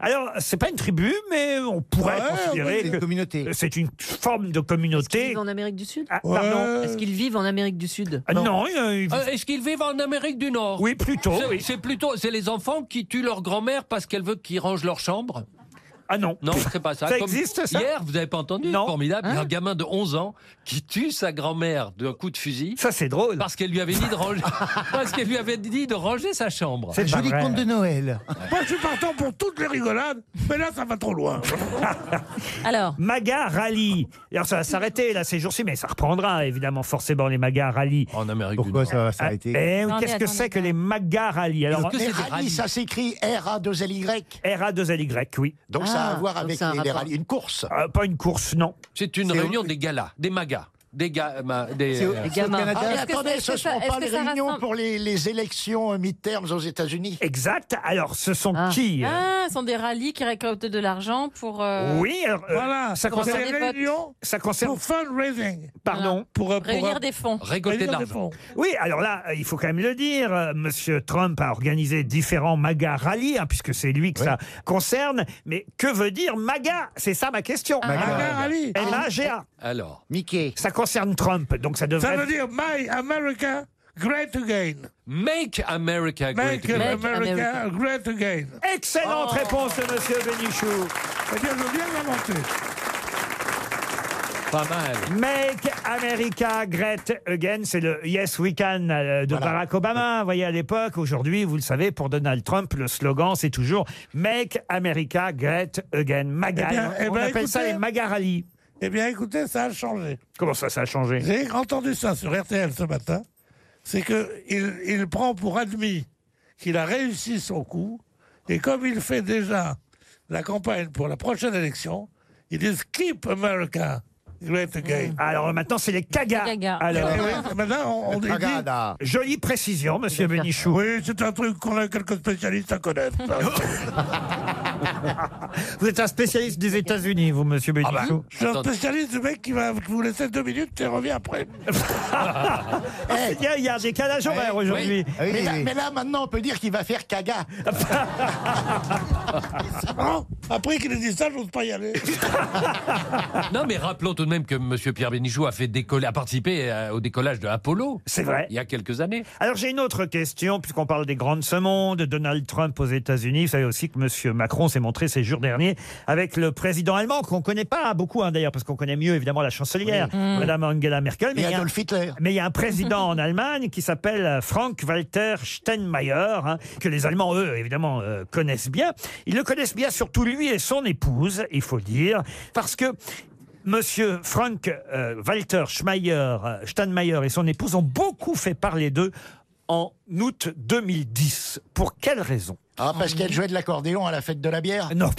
Alors, c'est pas une tribu, mais on pourrait
Ouais,
considérer
C'est une
que
communauté.
c'est une forme de
Ils
communauté.
vivent en Amérique du Sud
Ah,
Ouais.
Pardon.
Est-ce qu'ils vivent en Amérique du Sud
Ah, Non, euh, il-
Euh, Est-ce qu'ils vivent en Amérique du Nord
oui, plutôt.
Oh. C'est-
oui.
C'est plutôt, c'est les enfants qui tuent leur grand-mère parce qu'elle veut qu'ils rangent leur chambre.
Ah non.
Non, c'est pas ça.
Ça existe, ça
Hier, vous avez pas entendu
Non.
Formidable. un gamin de 11 ans qui tue sa grand-mère d'un coup de fusil
Ça, c'est drôle.
parce qu'elle lui avait dit de ranger, parce qu'elle lui avait dit de ranger sa chambre.
C'est
Un
pas
Ah, joli
vrai. Ah,
conte de Noël.
Moi, je suis partant pour toutes les rigolades, mais là, ça va trop loin.
Alors,
Maga Rally. Alors, ça va s'arrêter là ces jours-ci, mais ça reprendra évidemment forcément les Maga Rally.
En Amérique
Pourquoi
du Nord.
ça va s'arrêter
Eh,
Attendez,
Qu'est-ce que
attendez,
c'est que
attendez.
les Maga Rally Alors,
que c'est des rallyes.
rallyes, ça s'écrit R-A-2-L-Y.
RA2LY, oui.
Donc
Ah,
ça a à voir
donc
avec
c'est un
les, les
rapport.
rallyes, une course.
Euh, pas une course, non.
C'est une
C'est-
réunion des galas, des magas, des ga- ma- des.
C'est au,
euh,
c'est au
gamins.
Ah,
Canada.
mais
Est-ce que
attendez,
c'est-
ce
est-ce
ne
que ça-
sont
est-ce
pas
que
les
ça
réunions
rassemble-
pour les, les élections euh, midterms aux États-Unis
Exact. Alors, ce sont
Ah.
qui euh,
ah, ce sont des rallyes qui récoltent de l'argent pour. euh,
Oui, alors, euh,
Voilà,
ça
c'est
concerne
des
les votes.
réunions
ça concerne.
pour fundraising.
Pardon.
Pour, euh, pour, euh,
Réunir des fonds.
Récolter de
réunir des
l'argent.
fonds.
Oui, alors là, euh, il faut quand même le dire, euh, Monsieur Trump a organisé différents MAGA rallyes, hein, puisque c'est lui que ça concerne. Mais que veut dire MAGA C'est ça ma question.
Maga Ah. Rally.
M-A-G-A.
Alors,
Mickey.
Ça concerne Trump, donc ça devrait.
Ça veut dire My America Great Again.
Make America Great
Make,
Again.
America, Great Again.
Excellente réponse de Monsieur Benichou.
Eh bien, je viens d'inventer.
Pas mal.
Make America Great Again, c'est le Yes We Can euh, de Barack Obama. Vous voyez, à l'époque, aujourd'hui, vous le savez, pour Donald Trump, le slogan, c'est toujours Make America Great Again. MAGA.
Eh bien, eh
hein. on
bien,
appelle ça
écoutez.
les MAGA rallies.
Eh bien, écoutez, ça a changé.
Comment ça, ça a changé
J'ai entendu ça sur RTL ce matin. C'est qu'il il prend pour admis qu'il a réussi son coup. Et comme il fait déjà la campagne pour la prochaine élection, ils disent Keep America Great Again.
Mmh. Alors maintenant, c'est les cagas.
Les cagas.
Alors,
Eh oui, maintenant, on, on dit.
Canada.
jolie précision, monsieur Benichou.
Oui, c'est un truc qu'on a quelques spécialistes à connaître.
Vous êtes un spécialiste des États-Unis, vous, monsieur Benichou.
Ah bah, Je suis un spécialiste du mec qui va vous laisser deux minutes et revient après.
Ah,
Eh.
c'est bien, il y a un décalage horaire aujourd'hui.
Ah oui,
mais, là,
oui.
mais là, maintenant, on peut dire qu'il va faire caga.
Hein Après qu'il ait dit ça, j'ose pas y aller.
Non, mais rappelons tout de même que M. Pierre Bénichou a, fait décoller, a participé euh, au décollage de Apollo.
C'est vrai.
Il y a quelques années.
Alors j'ai une autre question, puisqu'on parle des grandes semaines, de Donald Trump aux États-Unis. Vous savez aussi que M. Macron s'est montré ces jours derniers avec le président allemand, qu'on ne connaît pas beaucoup hein, d'ailleurs, parce qu'on connaît mieux évidemment la chancelière,
Oui. Mm.
Madame Angela Merkel. il
Et
y a un-
Adolf Hitler.
mais il y a un président en Allemagne qui s'appelle euh, Frank-Walter Steinmeier, hein, que les Allemands, eux, évidemment, euh, connaissent bien. Ils le connaissent bien, surtout lui et son épouse, il faut le dire, parce que Monsieur Frank euh, Walter Schmeier, euh, Steinmeier et son épouse ont beaucoup fait parler d'eux en août 2010. Pour quelle raison
Ah, parce qu'elle jouait de l'accordéon à la fête de la bière
Non.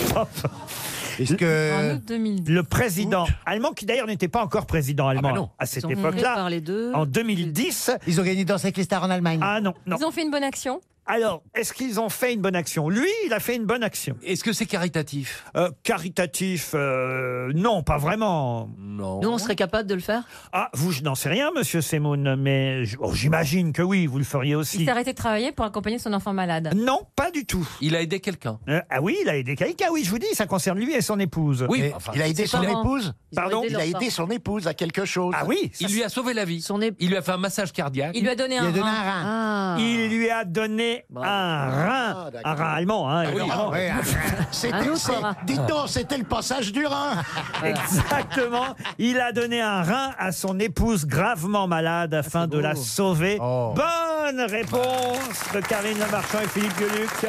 Est-ce
En
que
août 2010.
le président allemand, qui d'ailleurs n'était pas encore président allemand
Ah ben non.
à cette
Ils ont fait
époque-là,
parler d'eux.
en 2010, ils ont gagné dans avec les stars en Allemagne. Ah non, Oh, non.
Ils ont fait une bonne action.
Alors, est-ce qu'ils ont fait une bonne action Lui, il a fait une bonne action. Euh,
Est-ce que c'est caritatif
Caritatif, euh, non, pas vraiment.
Non.
Nous, on serait capable de le faire
Ah, vous, je n'en sais rien, monsieur Semoun, mais j- oh, j'imagine que oui, vous le feriez
Il
aussi.
s'est arrêté de travailler pour accompagner son enfant malade.
Non, pas du tout.
Il a aidé quelqu'un.
Euh, ah oui, il a aidé quelqu'un. Ah oui, je vous dis, ça concerne lui et son épouse.
Oui, Et enfin,
il a aidé
ses son parents. épouse Ils ont
Pardon
aidé
Il a
leurs
aidé
parents.
son épouse à quelque chose.
Ah oui
Il lui a sauvé la vie. Il lui a fait un massage cardiaque.
Il lui a donné
Il
un
a donné
rein.
un
Ah.
Il lui a donné un
Ah,
rein. un rein allemand, hein, évidemment.
C'était-
Un autre
c'est-
rein.
Dites donc, c'était le passage du rein.
Exactement. Il a donné un rein à son épouse gravement malade
Ah,
afin de la sauver.
Oh.
Bonne réponse de Karine Le Marchand et Philippe Gueluc.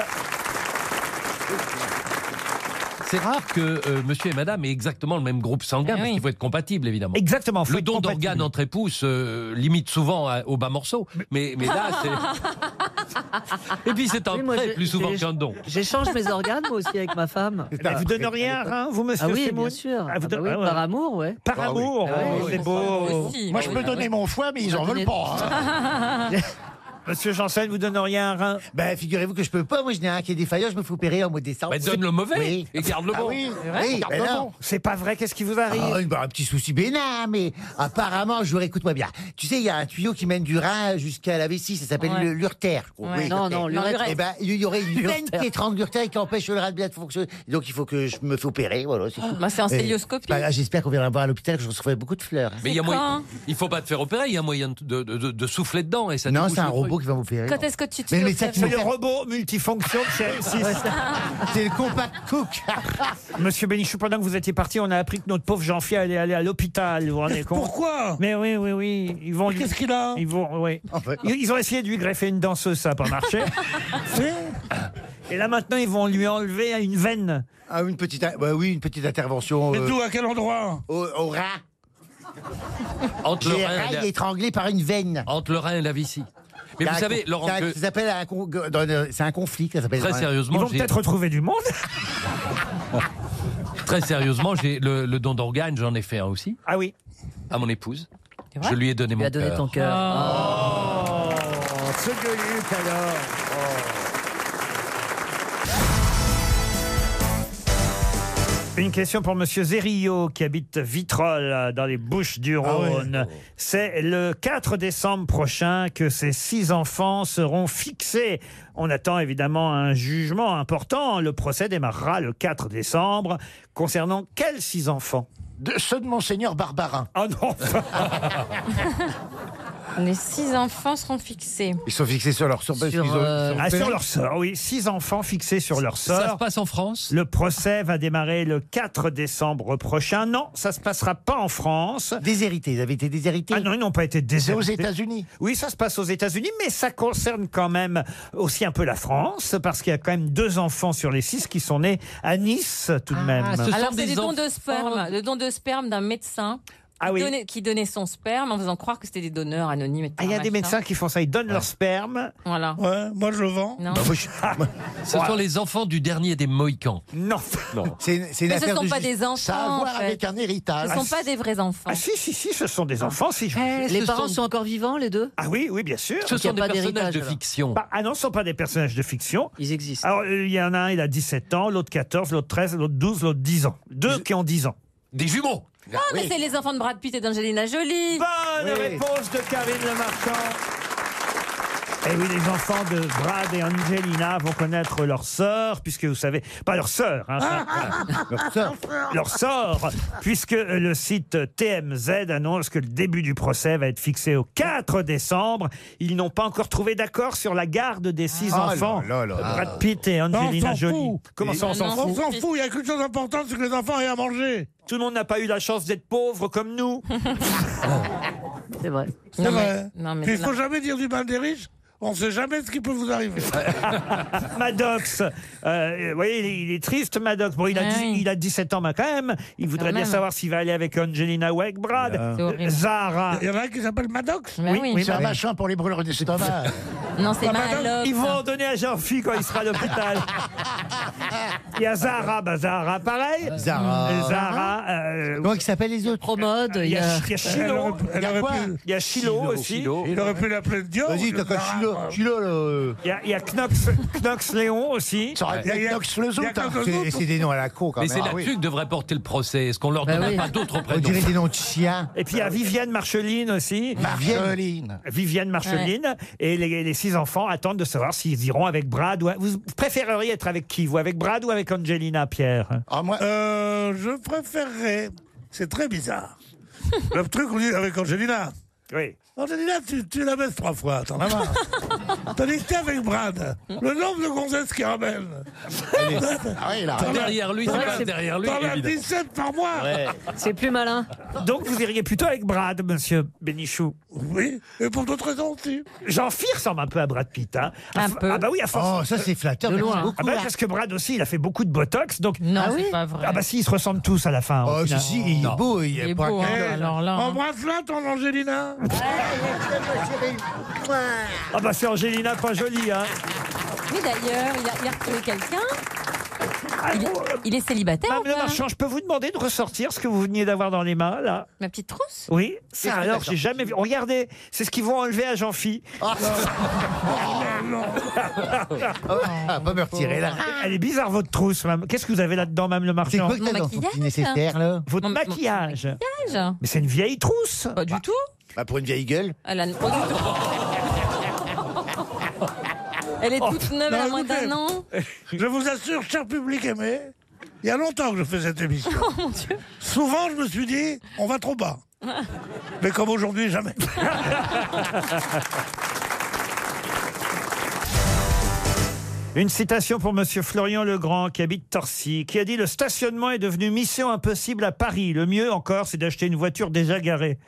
C'est rare que euh, monsieur et madame aient exactement le même groupe
Eh
sanguin, parce qu'il faut être compatible, évidemment.
Exactement. faut
Le
être
don
compatible.
d'organes entre époux se limite souvent à- au bas morceau. Mais, mais là, c'est. Et puis, c'est un
Oui, moi,
prêt
j'ai-
plus souvent
j'ai-
qu'un don.
J'échange mes organes, moi aussi, avec ma femme.
Mais vous donneriez un rein, vous, monsieur
Ah oui,
Semoun
bien sûr.
Ah, vous
Ah bah
don-
oui,
ah ouais.
Par amour, ouais.
Par
Ah oui.
amour,
Ah oui,
oh,
oui.
c'est beau.
Moi, je peux
Ah
donner mon foie, mais ils en veulent pas. hein.
Monsieur Janssen, vous donneriez un rein
Ben, figurez-vous que je peux pas. Moi, je n'ai un qui est défaillant, je me fais opérer en mois de décembre.
Bah, donne le mauvais
Oui.
et garde le
Ah
bon.
oui,
C'est vrai,
oui,
garde
ben
le
non.
bon.
C'est pas vrai, qu'est-ce qui vous arrive
Ah, bah, un petit souci bénin, mais apparemment, je écoute-moi bien. Tu sais, il y a un tuyau qui mène du rein jusqu'à la vessie, ça s'appelle
Ouais.
le- l'urtère. je crois.
Ouais. Non, non, l'urètre.
Eh ben, il y aurait une veine
L'urtère.
qui étrangle l'urtère et qui empêche le rein de bien de fonctionner. Donc, il faut que je me fasse opérer, voilà, c'est
Ah.
tout.
Bah, c'est en
Et-
célioscopie.
bah, J'espère qu'on viendra me voir à l'hôpital, que je recevrai beaucoup de fleurs.
Mais il y a
C'est
moyen.
quand
Il faut pas te faire opérer, il y a moyen de, de- de- de souffler dedans. Et ça
Non,
débouche
c'est un
le
robot
truc.
qui va m'opérer.
Quand est-ce que tu te fais
Mais le médecin qui
opérer
C'est le robot multifonction de chez M6.
Ah.
C'est le compact cook.
Monsieur Bénichou, pendant que vous étiez parti, on a appris que notre pauvre Jean-Pierre allait aller à l'hôpital. Vous vous rendez compte
Pourquoi
Mais oui, oui, oui. Ils vont. lui-
Qu'est-ce qu'il a
Ils vont, oui.
fait.
Ils ils ont essayé de lui greffer une danseuse, ça n'a pas marché. Et là maintenant, ils vont lui enlever une veine.
Ah, une petite, bah oui, une petite intervention.
Mais
euh,
d'où À quel endroit
au, au rein.
Entre le
J'ai
rein et la-
rail étranglé par une veine.
entre le rein et la vessie. Mais
Ça
vous
a-
savez, Laurent,
ça,
que-
ça s'appelle un con- dans le- c'est un conflit. Ça s'appelle
très
un-
Ils
sérieusement,
vont
j'ai-
peut-être retrouver du monde.
très sérieusement, j'ai le, le don d'organes, j'en ai fait un aussi,
Ah oui.
à mon épouse.
vrai
Je lui ai donné
Tu lui
mon
as donné
cœur. Ah.
ton cœur.
Oh, ce gueuluc alors. Une question pour Monsieur Zerillo qui habite Vitrolles euh, dans les Bouches du Rhône. C'est le 4 décembre prochain que ces six enfants seront fixés. On attend évidemment un jugement important. Le procès démarrera le 4 décembre. Concernant quels six enfants
De, ceux de Monseigneur Barbarin.
Ah non
Les six enfants seront fixés.
Ils sont fixés sur leur sort. parce
Sur,
qu'ils ont-
euh,
Ah, sur leur sort, oui. Six enfants fixés sur leur sort.
Ça se passe en France
Le procès va démarrer le 4 décembre prochain. Non, ça se passera pas en France.
Déshérités. Ils avaient été déshérités.
Ah non, ils n'ont pas été
C'est aux
déshérités.
États-Unis.
Oui, ça se passe aux États-Unis, mais ça concerne quand même aussi un peu la France, parce qu'il y a quand même deux enfants sur les six qui sont nés à Nice, tout de même.
Ah, ce-
Ah, Alors,
sont
c'est
des
du don de
enfants-
sperme. Le don de sperme d'un médecin
Ah oui.
donnait- qui donnait son sperme en faisant croire que c'était des donneurs anonymes. etc.
Ah, il y a des médecins qui font ça, ils donnent leur sperme.
Voilà.
Ouais, moi je le vends.
Non.
Ah,
Bah, moi, je- moi,
Ce sont les enfants du dernier des Mohicans.
Non.
C'est une, c'est une
Mais ce
affaire
sont
de
pas
justice.
des enfants.
Ça a à voir
en fait.
avec un
Ce
héritage.
ne sont pas des vrais enfants.
Ah si, si, si, ce sont des enfants, si. je-
Les
Eh, Ce
parents
sont-
sont encore vivants, les deux
Ah oui, oui, bien sûr.
Ce
Hein Donc, y a
sont des
pas
personnages
d'héritage,
de
alors.
fiction.
Pas- Ah non, ce ne sont pas des personnages de fiction.
Ils existent.
Alors, euh, il y en a un, il a 17 ans, l'autre 14, l'autre 13, l'autre 12, l'autre 10 ans. Deux qui ont 10 ans.
Des jumeaux
Ah, mais c'est les enfants de Brad Pitt et d'Angelina Jolie.
Bonne
Oui.
réponse de Karine Le Marchand. Et Eh oui, les enfants de Brad et Angelina vont connaître leur sort, puisque vous savez, pas leur sœur, hein, ça- leur sort, leur sort, puisque le site TMZ annonce que le début du procès va être fixé au 4 décembre. Ils n'ont pas encore trouvé d'accord sur la garde des six
Ah
enfants.
là là là là.
Brad Pitt et
Non, on
Angelina
s'en
Jolie.
fout.
Comment ça, on s'en
On
fout
s'en fout, il y a qu'une chose importante, c'est que les enfants aient à manger.
Tout le monde n'a pas eu la chance d'être pauvre comme nous.
C'est vrai.
C'est
Non, mais-
vrai.
non, mais
Puis il
là-
faut jamais dire du mal des riches, on ne sait jamais ce qui peut vous arriver.
Maddox, euh, vous voyez, il est- il est triste, Maddox. Bon, il a,
Ouais,
dix-
oui.
il a 17 ans, mais quand même, il voudrait
Quand
bien
même. Ah.
savoir s'il va aller avec Angelina ou avec Brad,
C'est
euh,
horrible. Ben
Zara.
Il y en a un qui s'appelle Maddox
Mais oui.
c'est un
mais-
machin pour les brûlures d'estomac.
Non,
Ah, Maddox, Ils vont en donner à Jean-Phi quand il sera à l'hôpital. Il y a Zara, bah Zara, pareil.
Zara.
Zara. euh,
Comment ils s'appellent les autres
Promode,
il y a, il y a Chilo.
Elle aurait pu-
Il y a Chilo aussi.
Il aurait pu l'appeler Dior.
Vas-y, t'as qu'à Chilo, Chilo, là.
Il y a, il y a Knox, Knox Léon aussi.
Ça aurait pu être Knox le Zout, hein. C'est- C'est
Et
des noms à la con, quand
Mais
même.
c'est
Ah oui.
là-dessus que devrait porter le procès. Est-ce qu'on leur
Bah
donne
oui.
pas d'autres
On
prénoms
dirait des noms de chiens. Bah
puis il y a Viviane Marcheline aussi.
Marceline.
Vivienne Marcheline. Et les, les six enfants attendent de savoir s'ils iront avec Brad. Ou Vous préféreriez être avec qui Vous, avec Brad ou avec Angelina, Pierre
Euh, je préférerais. C'est très bizarre. Le truc qu'on dit ah, avec Angelina.
Oui.
Angelina, tu, tu la baisses trois fois, t'en as marre. Tandis que t'es avec Brad, le nombre de gonzesses qu'il ramène.
Elle est- Ah ouais, il a raison.
Derrière lui,
T'en
c'est
as-
pas derrière lui,
T'en as
évidemment.
17 par mois.
C'est plus malin.
Donc vous iriez plutôt avec Brad, monsieur Bénichou.
Oui, et pour d'autres raisons aussi.
J'en fire ressemble un peu à Brad Pitt. Hein. À
Un
f-
peu.
Ah bah oui, à force.
Oh, ça, c'est flatteur, De merci loin. beaucoup,
Ah bah,
là.
parce que Brad aussi, il a fait beaucoup de botox. Donc...
Non,
ah,
c'est pas vrai.
Ah bah si, ils se ressemblent tous à la fin.
Oh,
au final.
si, si, il est beau. Il est pas-
hein. Eh,
hein.
Oh, Embrasse-la, ton Angelina.
Ah bah c'est Angelina, pas jolie. Hein.
Mais d'ailleurs, il a, il a retrouvé quelqu'un. Il, il est célibataire.
Madame
ou
Le
pas
Marchand, je peux vous demander de ressortir ce que vous veniez d'avoir dans les mains, là
Ma petite trousse
Oui, ça
Qu'est-ce que
alors,
t'as
j'ai jamais vu. Regardez, c'est ce qu'ils vont enlever à Jean-Phi.
Oh. Ah, pas me retirer, là.
Elle est bizarre, votre trousse, madame. Qu'est-ce que vous avez là-dedans, madame le marchand
quoi que t'as Mon dans ton petit maquillage. nécessaire, là
Votre
Mon- mon-
maquillage.
Maquillage
Mais c'est une vieille trousse.
Pas du tout.
Bah, pour une vieille gueule.
Elle a pas du tout. Elle est
Oh,
toute neuve, elle a
Oh. Non,
moins d'un an.
écoutez, Je vous assure, cher public aimé, il y a longtemps que je fais cette émission.
Oh mon dieu.
Souvent, je me suis dit, on va trop bas. Mais comme aujourd'hui, jamais.
Une citation pour Monsieur Florian Legrand, qui habite Torcy, qui a dit Le stationnement est devenu mission impossible à Paris. Le mieux encore, c'est d'acheter une voiture déjà garée.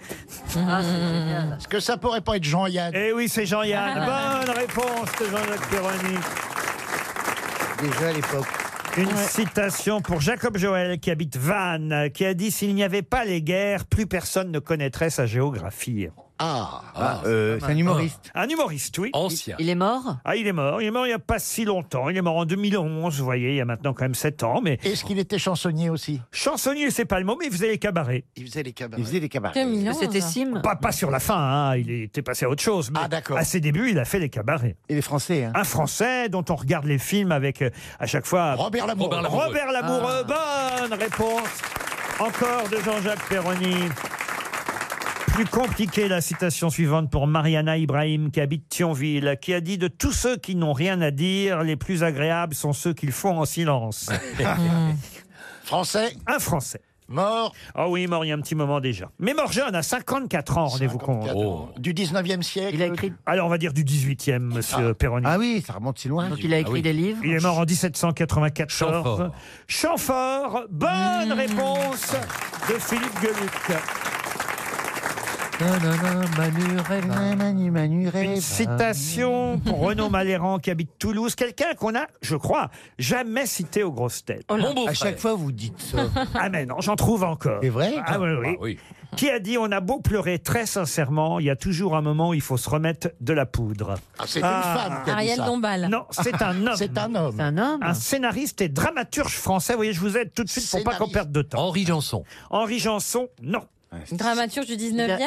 Est-ce que ça pourrait pas être Jean-Yann
Eh oui, c'est Jean-Yann.
Ah.
Bonne réponse de Jean-Jacques Perroni.
Déjà à l'époque.
Une citation pour Jacob Joël, qui habite Vannes, qui a dit S'il n'y avait pas les guerres, plus personne ne connaîtrait sa géographie.
Ah, euh, c'est un humoriste.
Un humoriste, oui.
Ancien.
Il est mort
Ah, il est mort. Il est mort il n'y a pas si longtemps. Il est mort en 2011, vous voyez, il y a maintenant quand même 7 ans. Mais
Est-ce qu'il était chansonnier aussi
chansonnier, c'est pas le mot, mais il faisait les cabarets.
Il faisait les cabarets.
Il faisait des cabarets.
C'était Sim
Bah, Pas, pas sur la fin, hein, il était passé à autre chose. Mais à ses débuts, il a fait les cabarets.
Et les Français, hein.
Un Français dont on regarde les films avec euh, à chaque fois.
Robert Lamoureux.
Robert Lamoureux. Robert Lamoureux. Bonne réponse. Encore de Jean-Jacques Perroni. Plus compliquée la citation suivante pour Mariana Ibrahim qui habite Thionville, qui a dit de tous ceux qui n'ont rien à dire, les plus agréables sont ceux qu'ils font en silence.
Français
Un Français.
Mort
Ah oui, mort il y a un petit moment déjà. Mais mort jeune, à 54 ans, rendez-vous compte.
54 ans. Du 19e siècle Il a écrit.
Alors on va dire du 18e, monsieur Perroni.
Ah oui, ça remonte si loin. Ah
Donc il a écrit des livres.
Il est mort en 1794.
Chamfort.
Chamfort, bonne
Mmh.
réponse de Philippe Gueluc.
Nanana, Manu rêve, Manu, Manu rêve.
Une citation pour Renaud Maléran qui habite Toulouse, quelqu'un qu'on a, je crois, jamais cité aux grosses têtes.
Oh
Oh
Mon
À
beau-frère.
chaque fois, vous dites ça.
Ah mais non, j'en trouve encore.
C'est vrai
Ah oui, oui.
Oui.
Qui a dit on a beau pleurer très sincèrement, il y a toujours un moment où il faut se remettre de la poudre.
Ah, c'est
Ah.
une femme qui a dit
Ariel
ça.
Dombal.
Non, c'est un homme.
C'est un
C'est
homme.
un homme
Un scénariste et dramaturge français. Vous voyez, je vous aide tout de suite pour pas qu'on
Scénariste.
perde de temps.
Henri Janson.
Henri Janson, non.
Dramaturge
Eh
du 19e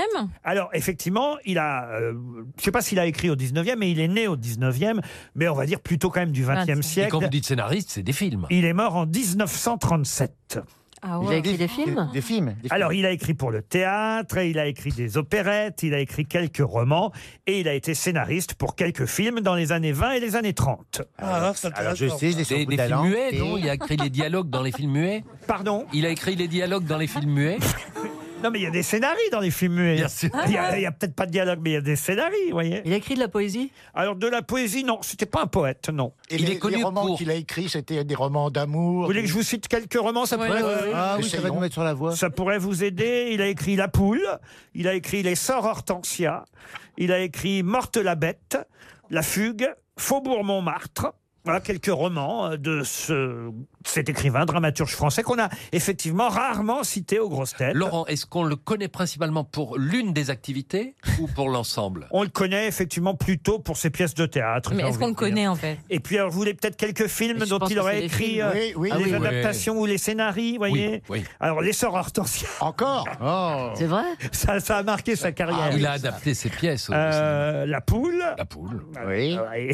Alors, effectivement, il a. euh, je sais pas s'il a écrit au 19e, mais il est né au 19e, mais on va dire plutôt quand même du 20e
Vingtième.
Et quand
siècle.
vous dites scénariste, c'est des films.
Il est mort en 1937.
Ah
Il a écrit des films Des films.
Alors, il a écrit pour le théâtre, et il a écrit des opérettes, il a écrit quelques romans, et il a été scénariste pour quelques films dans les années 20 et les années 30.
Alors, des, des films muets, non Il a écrit les dialogues dans les films muets
Pardon
Il a écrit les dialogues dans les films muets
Non, mais il y a des scénarii dans les films muets. Il y a, il y a peut-être pas de dialogue, mais il y a des scénarii, vous voyez. Il a écrit de la poésie Alors, de la poésie, non, c'était pas un poète, non.
Et les, les romans qu'il a écrits, c'était des romans d'amour. Vous
voulez que je vous cite quelques romans ça
Ouais,
pourrait...
ouais, ouais. Ah oui, ça va nous mettre
sur la voie.
Ça pourrait vous aider. Il a écrit La Poule, il a écrit Les Sœurs Hortensia, il a écrit Morte la Bête, La Fugue, Faubourg Montmartre. Voilà quelques romans euh, de ce, cet écrivain, dramaturge français, qu'on a effectivement rarement cité aux grosses têtes.
Laurent, est-ce qu'on le connaît principalement pour l'une des activités ou pour l'ensemble
On le connaît effectivement plutôt pour ses pièces de théâtre.
Mais
j'ai
est-ce
envie
qu'on
de
le
dire.
connaît en fait
Et puis, alors, vous voulez peut-être quelques films
Mais je
dont
pense
il
que
aurait
c'est des
écrit
films,
euh,
oui, oui.
les
Ah oui, oui.
adaptations ou les scénarii, voyez
oui.
Alors, Les Sœurs Hortensia. Encore
C'est
vrai ça, ça a marqué sa
Ah,
carrière.
Ah, Il a adapté ses pièces. au-
Euh, la Poule. Ah,
La Poule.
Oui.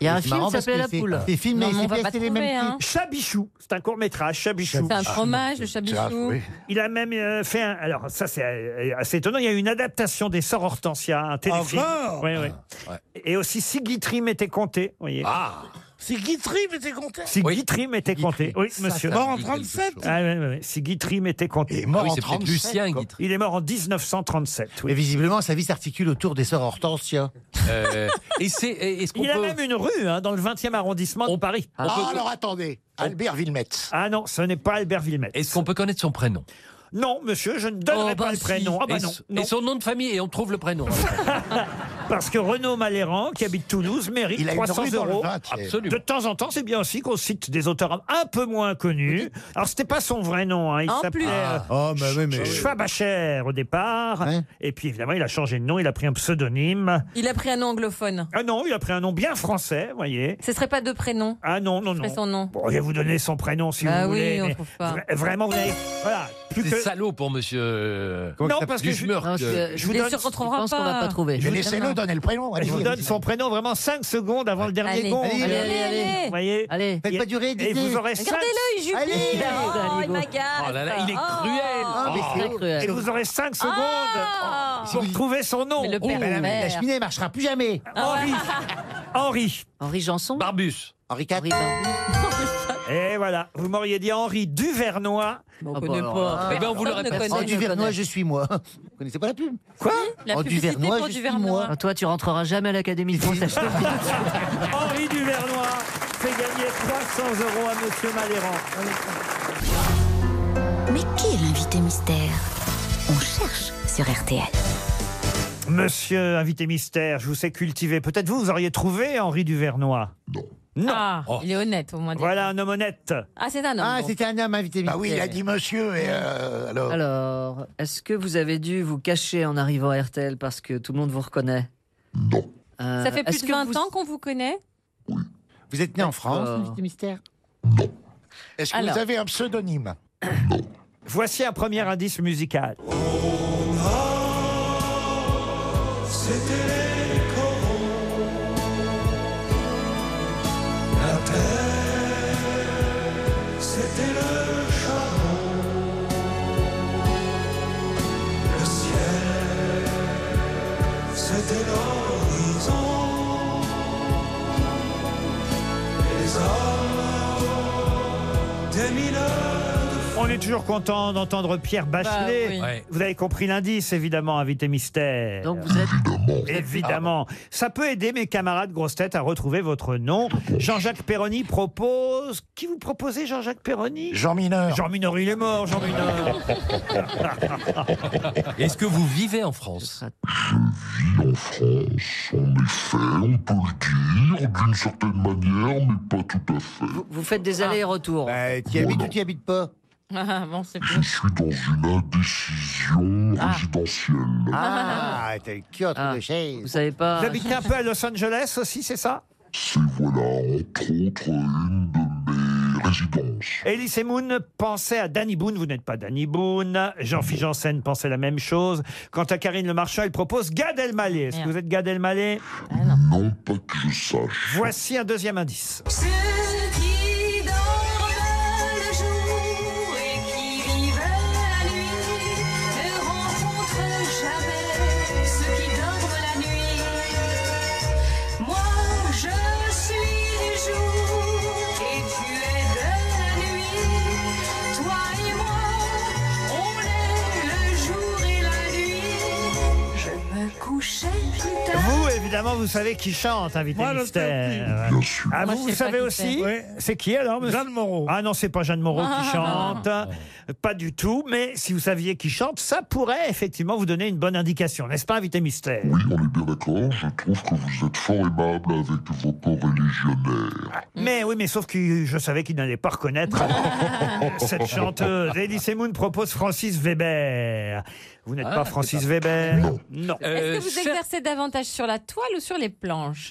Il y a un C'est film marrant qui s'appelait parce que La c'est- Poule. c'est film,
Non, mais mais c'est on va pas pièce, c'est les mêmes trouver, hein. titres.
Chabichou, c'est un court métrage. Chabichou.
C'est un fromage, le chabichou.
Il a même euh, fait un. Alors, ça, c'est euh, assez étonnant. Il y a eu une adaptation des Sœurs Hortensia, un téléfilm.
Encore
Oui, oui. Et aussi Sigitry m'était compté. Voyez.
Ah
C'est Guitry, mais t'es content
Si Guitry m'était compté. Oui,
Ça,
monsieur.
ça Mort en dit quelque 37. chose.
Ah, oui, oui, oui. Si Guitry m'était compté.
est mort Ah oui, en c'est peut-être 37, Lucien quoi.
Il est mort en 1937. oui.
Mais visiblement, sa vie s'articule autour des sœurs Hortensia.
Euh, et c'est, et- est-ce qu'on
Il a
peut-
même une rue hein, dans le 20e arrondissement de Paris.
Ah, on peut- alors
attendez, Albert Villemetz. Ah non, ce n'est pas Albert Villemetz.
Est-ce qu'on peut connaître son prénom
Non, monsieur, je ne donnerai
Oh,
pas
bah
le
si.
prénom. Ah bah
et,
non,
s-
non.
et son nom de famille, et on trouve le prénom.
Parce que Renaud Maléran, qui habite Toulouse, mérite
Il a une
300
rue dans le
euros.
20e. Absolument.
De temps en temps, c'est bien aussi qu'on cite des auteurs un peu moins connus. Alors, c'était pas son vrai nom. hein. Il
En
s'appelait
plus.
euh,
Ah. Oh, mais oui, mais-
Sch- Schwabacher au départ. Et puis, évidemment, il a changé de nom. Il a pris un pseudonyme.
Il a pris un nom anglophone.
Ah non, il a pris un nom bien français, vous voyez.
Ce serait pas deux prénoms.
Ah non, non,
Ce
non.
serait son nom.
Bon, je vais vous donner son prénom si
Ah
vous
oui,
voulez.
on
mais
trouve pas.
vra- vraiment, vous avez. Voilà.
C'est salaud pour monsieur.
Non, parce que je-
Duchemeurtre.
Non, je- je vous donne-
Je pense qu'on va pas trouver.
Je vous- non. Je vous
allez-y,
donne
allez-y.
son prénom vraiment 5 secondes avant le dernier
Allez,
gong.
allez, allez, Allez, allez, allez. allez.
Vous voyez
Allez.
Et- Et vous aurez 5
Regardez-le, il jubile.
Allez,
oh,
allez,
il m'agace.
Oh là là, il est
Oh.
cruel.
Ah,
Ah,
Oh.
Et vous aurez 5 secondes
Ah.
pour trouver son nom.
Mais le père, le
Oh, madame, Ah
père. Ah
la cheminée.
ne marchera plus jamais.
Henri. Henri.
Henri Janson.
Barbus.
Henri IV.
Et voilà, vous m'auriez dit Henri Duvernois.
On connaît pas.
Eh ben, on vous l'aurait pas dit.
En Duvernois, je suis Oh, moi. Vous connaissez pas la pub Quoi
Oh,
En Duvernois, je suis moi.
Ah, Toi, tu rentreras jamais à l'Académie de France.
Henri Duvernois fait gagner 300 euros à Monsieur Maléran.
Mais qui est l'invité mystère On cherche sur RTL.
Monsieur invité mystère, je vous sais cultiver. Peut-être vous, vous auriez trouvé Henri Duvernois. Non. Non. Oh.
Ah, il est honnête au moins.
Voilà un homme honnête.
Ah, c'est un homme.
Ah,
bon.
c'était un homme invité.
Bah oui, il a dit monsieur, et euh, alors.
Alors, est-ce que vous avez dû vous cacher en arrivant à RTL parce que tout le monde vous reconnaît Euh, Non.
Ça fait plus de 20 ans qu'on Euh, vous connaît.
Vous êtes né en France
Invité mystère.
Est-ce que
Alors.
vous avez un pseudonyme
Voici un premier indice musical.
C'était les corons, la terre, c'était le charbon, le ciel, c'était l'horizon, Et les hommes, des mineurs de
On est toujours content d'entendre Pierre Bachelet.
Bah oui. Ouais.
Vous avez compris l'indice, évidemment, invité mystère.
Donc vous êtes.
Évidemment. Ça peut aider mes camarades grosses têtes à retrouver votre nom. Jean-Jacques Perroni propose. Qui vous proposez, Jean-Jacques Perroni
Jean Mineur.
Jean Mineur, il est mort, Jean Mineur.
Est-ce que vous vivez en France
en France, en effet, on peut le dire d'une certaine manière, mais pas tout à fait.
Vous faites des allers-retours.
Bah, qui habite ou qui habite pas
Ah, bon, c'est
Je suis dans une indécision résidentielle.
Ah, t'es qui entre deux chaises Vous
savez pas.
Vous habitez un peu à Los Angeles aussi, c'est ça
C'est voilà, entre autres, une de mes résidences.
Elise Moon pensait à Danny Boone. Vous n'êtes pas Danny Boone. Jean-Philippe Janssen pensait la même chose. Quant à Karine Le Marchand, elle propose Gad Elmaleh. Est-ce que vous êtes Gad Elmaleh
Ah
Non pas que je sache.
Voici un deuxième indice.
Ceux qui dorment le jour et qui
évidemment, vous savez qui chante, invité
Moi, je sais
mystère.
qui. Bien sûr.
Ah,
Moi,
vous, vous
je sais pas
savez
qui
aussi
c'est. Oui.
C'est qui alors monsieur
Jeanne Moreau.
Ah non, c'est pas Jeanne Moreau qui chante. pas du tout, mais si vous saviez qui chante, ça pourrait effectivement vous donner une bonne indication, n'est-ce pas, invité mystère
Oui, on est bien d'accord, je trouve que vous êtes fort aimable avec vos co-religionnaires.
Mm.
Mais oui, mais sauf que je savais qu'il n'allait pas reconnaître cette chanteuse. Elie Semoun propose Francis Weber. Vous n'êtes
Ah,
pas
c'est
Francis
pas- Euh,
Weber Non.
Est-ce que vous exercez davantage sur la toile ou sur les planches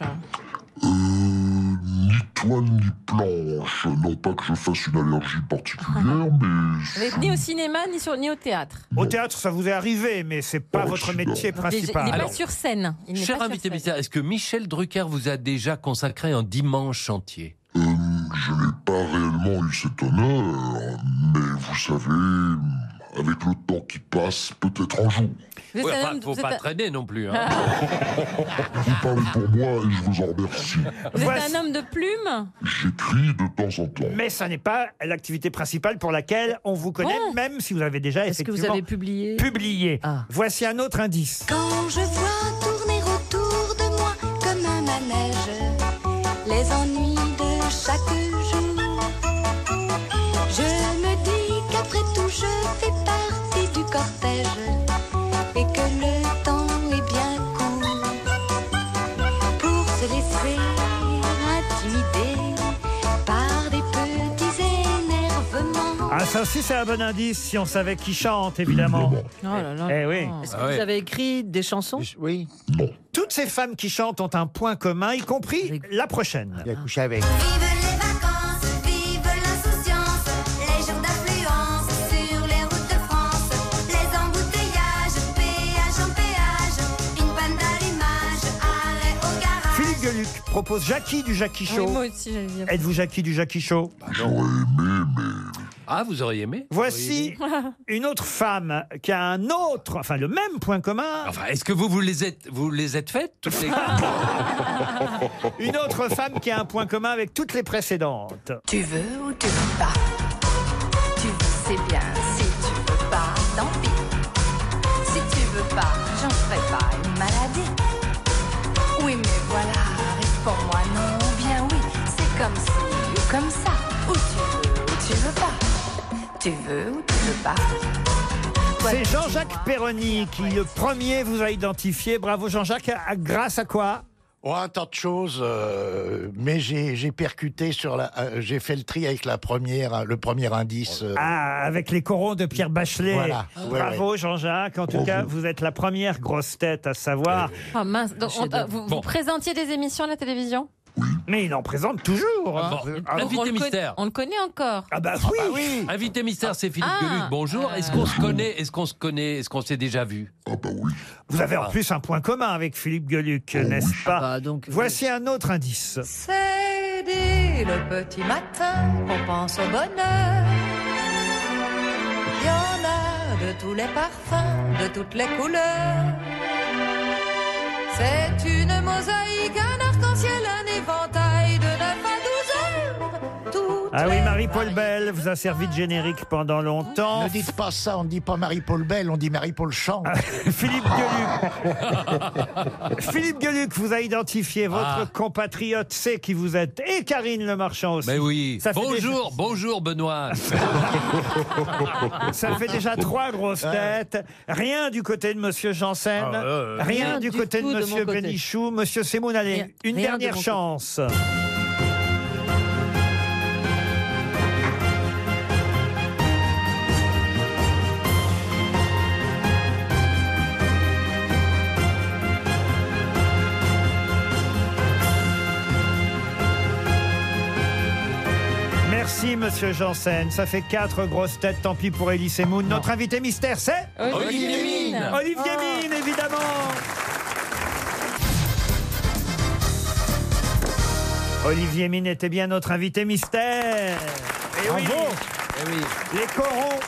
Toile ni planche, non pas que je fasse une allergie particulière, mais
Vous n'êtes ni au cinéma ni, sur, ni au théâtre.
Au théâtre, ça vous est arrivé, mais c'est pas votre métier
Il n'est
principal.
pas
Alors,
sur scène. Il n'est
Cher
pas sur
invité
scène.
mystère, est-ce que Michel Drucker vous a déjà consacré un dimanche entier
je n'ai pas réellement eu cet honneur. Mais vous savez, avec le temps qui passe, peut-être un jour.
Il
êtes un
ne
homme-
faut
vous
pas
êtes un-
traîner non plus. hein.
Ah.
Vous parlez pour moi et je vous en remercie.
Vous êtes un homme de plume
J'écris de temps en temps.
Mais ça n'est pas l'activité principale pour laquelle on vous connaît, même si vous avez déjà
Est-ce que vous
effectivement
avez publié Ah.
publié. Voici un autre indice.
Quand je vois tourner autour de moi comme un manège les ennuis de chaque jour, je me dis qu'après tout je fais partie du cortège et que le temps est bien court pour se laisser intimider par des petits énervements.
Ah, ça aussi, c'est un bon indice si on savait qui chante, évidemment. Eh oui.
Est-ce que
Ah
vous avez écrit des chansons
Oui.
Toutes ces femmes qui chantent ont un point commun, y compris la prochaine. Il a couché avec.
Vive l'insouciance, les jours d'affluence sur les routes de France, les embouteillages, péage en péage, une panne d'allumage, arrêt au garage.
Philippe Gueluc propose Jackie du Jackie Show.
Oui, moi aussi, j'allais dire.
Êtes-vous Jackie du Jackie Show
Ah, vous auriez aimé
Voici une autre femme qui a un autre, enfin le même point commun.
Enfin, est-ce que vous vous les êtes, vous les êtes faites toutes les...
Ah.
Une autre femme qui a un point commun avec toutes les précédentes.
Tu veux ou tu veux pas Tu sais bien, si tu veux pas, tant pis. Si tu veux pas, j'en ferai pas une maladie. Oui, mais voilà, réponds-moi non ou bien oui. C'est comme ci ou comme ça. Ou tu veux ou tu veux pas. Tu veux ou tu veux pas. Toi,
C'est Jean-Jacques Perroni qui, le premier, vous a identifié. Bravo Jean-Jacques. À- Ah, Grâce à quoi
Oh, un tas de choses, euh, mais j'ai j'ai percuté sur la. euh, j'ai fait le tri avec la première, hein, le premier indice. euh,
Ah, avec les corons de Pierre Bachelet. Ah,
Voilà. Ouais,
Bravo Jean-Jacques. En tout cas, vous êtes la première grosse tête à savoir.
Ah mince, donc, on- euh, vous, vous
Bon.
présentiez des émissions à la télévision
Mais il en présente toujours. hein.
Donc, on
Invité
le conna-
mystère.
On le connaît encore.
Ah bah
oui. Invité mystère, c'est Philippe
Ah.
Gueluc. Bonjour. Est-ce qu'on se connaît Est-ce qu'on se connaît Est-ce qu'on s'est déjà vu
Vous avez en plus un point commun avec Philippe Gueluc, n'est-ce pas Voici un autre indice.
C'est dès le petit matin qu'on pense au bonheur. Il y en a de tous les parfums, de toutes les couleurs. C'est une mosaïque, un arc-en-ciel, un éventail de 9 à 12 heures.
Ah oui, Marie-Paul Bell vous a servi de générique pendant longtemps. Ah,
Ne dites pas ça, on ne dit pas Marie-Paul Belle, on dit Marie-Paul Champ.
Philippe Gueluc. Philippe Gueluc vous a identifié,
Ah.
votre compatriote sait qui vous êtes, et Karine Le Marchand aussi.
Mais oui.
Ça fait
bonjour, bonjour Benoît.
Ça fait déjà trois grosses têtes. Rien du côté de Monsieur Janssen.
Ah, ouais, ouais.
Rien,
Rien
du
du
côté de
tout de mon
Monsieur
côté.
Bénichou. Monsieur Semoun, allez,
Rien-
une
rien de
dernière
mon côté.
chance. Merci Monsieur Janssen, ça fait quatre grosses têtes, tant pis pour Elise Moon. Notre invité mystère, c'est
Olivier Mine. Mine.
Olivier Mine, évidemment Olivier Mine était bien notre invité mystère. Et Eh oui, Les corons.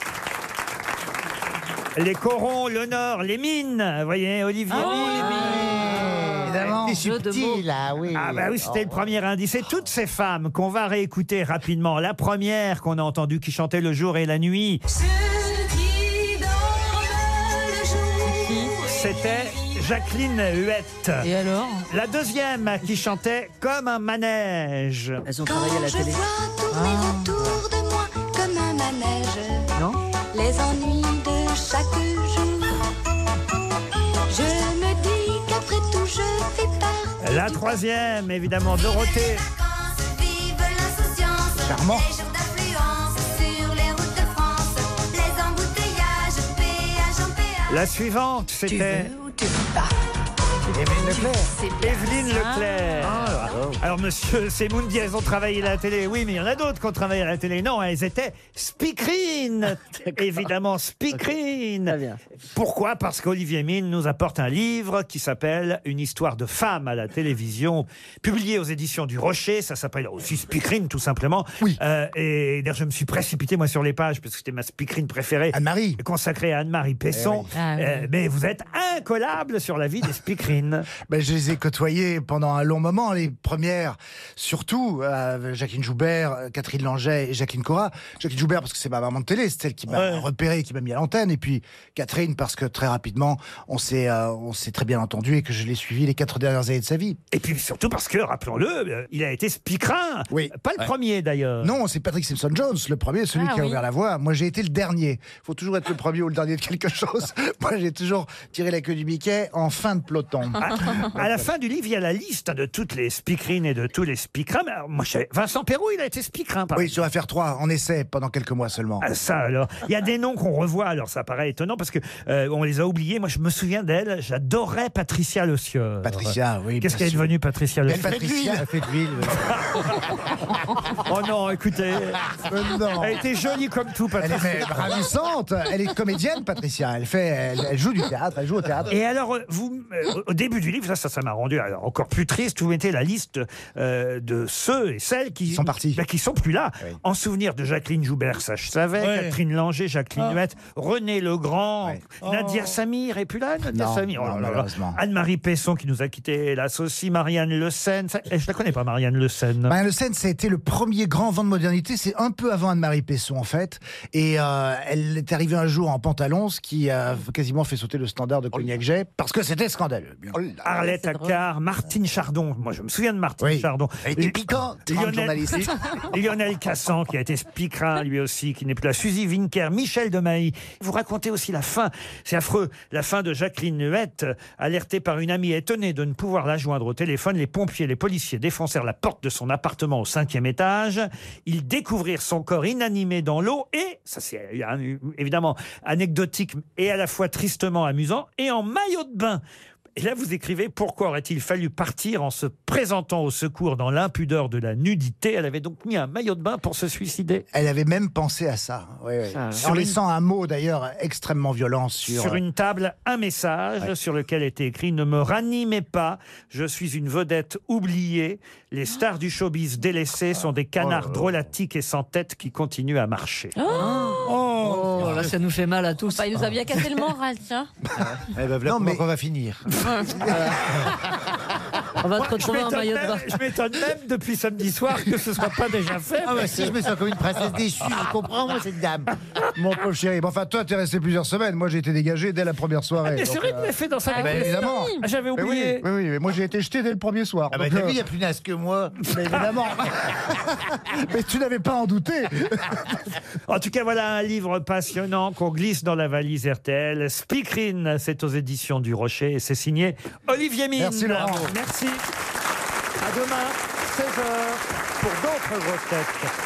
Les corons, l'honneur, les mines. Vous voyez, Olivier Ah, Mine.
Évidemment. C'est subtil, là, oui.
Ah bah oui, c'était le
Oh.
premier indice. Et toutes ces femmes qu'on va réécouter rapidement. La première qu'on a entendue qui chantait le jour et la nuit.
Ceux qui dorment le jour.
c'était Jacqueline Huette. Et alors La deuxième qui chantait Comme un manège. Elles ont
Quand je vois tourner
Ah.
autour de moi comme un manège les ennuis de chaque jour. Je me dis qu'après tout, je fais part.
La troisième, évidemment, Dorothée.
Vive l'insouciance,
Charmant.
les jours d'affluence sur les routes de France, les embouteillages, péage en péage.
La suivante, c'était. Evelyne Leclerc. Evelyne
Ah.
Leclerc. Alors, monsieur Semoun dit elles ont travaillé à la télé. Oui, mais il y en a d'autres qui ont travaillé à la télé. Non, elles étaient speakerines. Évidemment, speakerines. Pourquoi Parce qu'Olivier Mine nous apporte un livre qui s'appelle Une histoire de femme à la télévision, publié aux éditions du Rocher. Ça s'appelle aussi speakerine, tout simplement. Oui. et d'ailleurs, je me suis précipité, moi, sur les pages, parce que c'était ma speakerine préférée. Anne-Marie. Consacrée à Anne-Marie Pesson.
oui. Ah, oui.
Euh, mais vous êtes incollable sur la vie des speakerines.
Ben, je les ai côtoyées pendant un long moment, les premières, surtout euh, Jacqueline Joubert, euh, Catherine Langeais et Jacqueline Cora. Jacqueline Joubert, parce que c'est ma maman de télé, c'est celle qui m'a repéré, qui m'a mis à l'antenne. Et puis Catherine, parce que très rapidement, on s'est euh, on s'est très bien entendu et que je l'ai suivi les quatre dernières années de sa vie.
Et puis surtout parce que, rappelons-le, euh, il a été speakerin. Oui. Pas le premier d'ailleurs.
Non, c'est Patrick Simpson Jones, le premier, celui
Ah
qui a
oui.
ouvert la voie. Moi, j'ai été le dernier. Il faut toujours être le premier ou le dernier de quelque chose. Moi, j'ai toujours tiré la queue du biquet en fin de peloton.
Ah, À, à la fin du livre, il y a la liste de toutes les speakerines et de tous les speakerins. Mais alors, moi, je savais- Vincent Perrou, il a été speakerin, par
Oui, sur FR3, en essai, pendant quelques mois seulement.
Ah, ça alors. Il y a des noms qu'on revoit, alors ça paraît étonnant parce que euh, on les a oubliés. Moi, je me souviens d'elle. J'adorais Patricia Le Sieur.
Patricia, oui,
Qu'est-ce
bien
qu'elle est
sûr.
devenue, Patricia Le
Belle
Sieur
Patricia. Elle fait de l'huile,
oh non, écoutez.
Mais Euh, non.
Elle était jolie comme tout,
Elle
Patricia.
est même ravissante. Elle est comédienne, Patricia. Elle, fait, elle, elle joue du théâtre, elle joue au théâtre.
Et alors, euh, vous, euh, au début du livre, ça, ça, ça m'a rendu alors, encore plus triste. Vous mettez la liste euh, de ceux et celles qui sont partis, qui sont plus là. En souvenir de Jacqueline Joubert, ça je savais,
Ouais.
Catherine Langer, Jacqueline
Ah. Oh.
Huette, René Legrand, Nadia Samir, et plus là, Nadia
Non,
Samir. Oh
non,
là là là.
malheureusement.
Anne-Marie Pesson qui nous a quitté, hélas aussi, Marianne Le Sen. Ça, eh, Je la connais pas, Marianne Le Sen.
Marianne Le Sen, ça a été le premier grand vent de modernité. C'est un peu avant Anne-Marie Pesson, en fait. Et euh, elle est arrivée un jour en pantalon, ce qui a quasiment fait sauter le standard de Cognac Jet, parce que c'était scandaleux. bien.
Arlette Accard, Martine Chardon. Moi, je me souviens de Martine Chardon.
Elle était
Li-
piquante,
Lionel,
grande journaliste.
Lionel Cassan, qui a été speakerin lui aussi, qui n'est plus là. Suzy Winker, Michel Demailly. Vous racontez aussi la fin. C'est affreux. La fin de Jacqueline Huette, alertée par une amie étonnée de ne pouvoir la joindre au téléphone. Les pompiers, les policiers défoncèrent la porte de son appartement au cinquième étage. Ils découvrirent son corps inanimé dans l'eau et, ça c'est euh, évidemment anecdotique et à la fois tristement amusant, et en maillot de bain. Et là, vous écrivez pourquoi aurait-il fallu partir en se présentant au secours dans l'impudeur de la nudité Elle avait donc mis un maillot de bain pour se suicider.
Elle avait même pensé à ça. Oui, oui.
Ah,
Ça,
en
oui.
laissant un mot, d'ailleurs, extrêmement violent sur...
Sur une table, un message sur lequel était écrit Ne me ranimez pas, je suis une vedette oubliée. Les stars du showbiz délaissées sont des
Oh
canards drôlatiques et sans tête qui continuent à marcher.
Oh, là, ça nous fait mal à tous.
Bah, il nous a bien cassé le moral, tiens.
Eh ben,
non, mais... on va finir.
On va te
Je
retrouver en
m'étonne
maillot de
même-
bain.
Je m'étonne même depuis samedi soir que ce soit pas déjà fait.
Ah, bah
parce
si,
que- Ah.
je me sens comme une princesse déçue, je comprends, moi, cette dame.
euh, Mon pauvre chéri. Bon, enfin, toi, t'es resté plusieurs semaines. Moi, j'ai été dégagé dès la première soirée.
Ah, mais c'est vrai que
euh,
tu l'as fait dans sa
ben,
réponse.
évidemment.
Ah, j'avais
Mais oui,
oublié.
Oui, oui, mais moi, j'ai été jeté dès le premier soir.
Ah, bah,
Donc,
t'as
euh,
vu, il y a plus naze que moi.
Mais évidemment. mais tu n'avais pas en douter.
En tout cas, voilà un livre passionnant qu'on glisse dans la valise RTL. Speakerine, c'est aux éditions du Rocher et c'est signé Olivier Mine.
Merci, Laurent.
Merci. À demain, 16h, pour d'autres grosses têtes.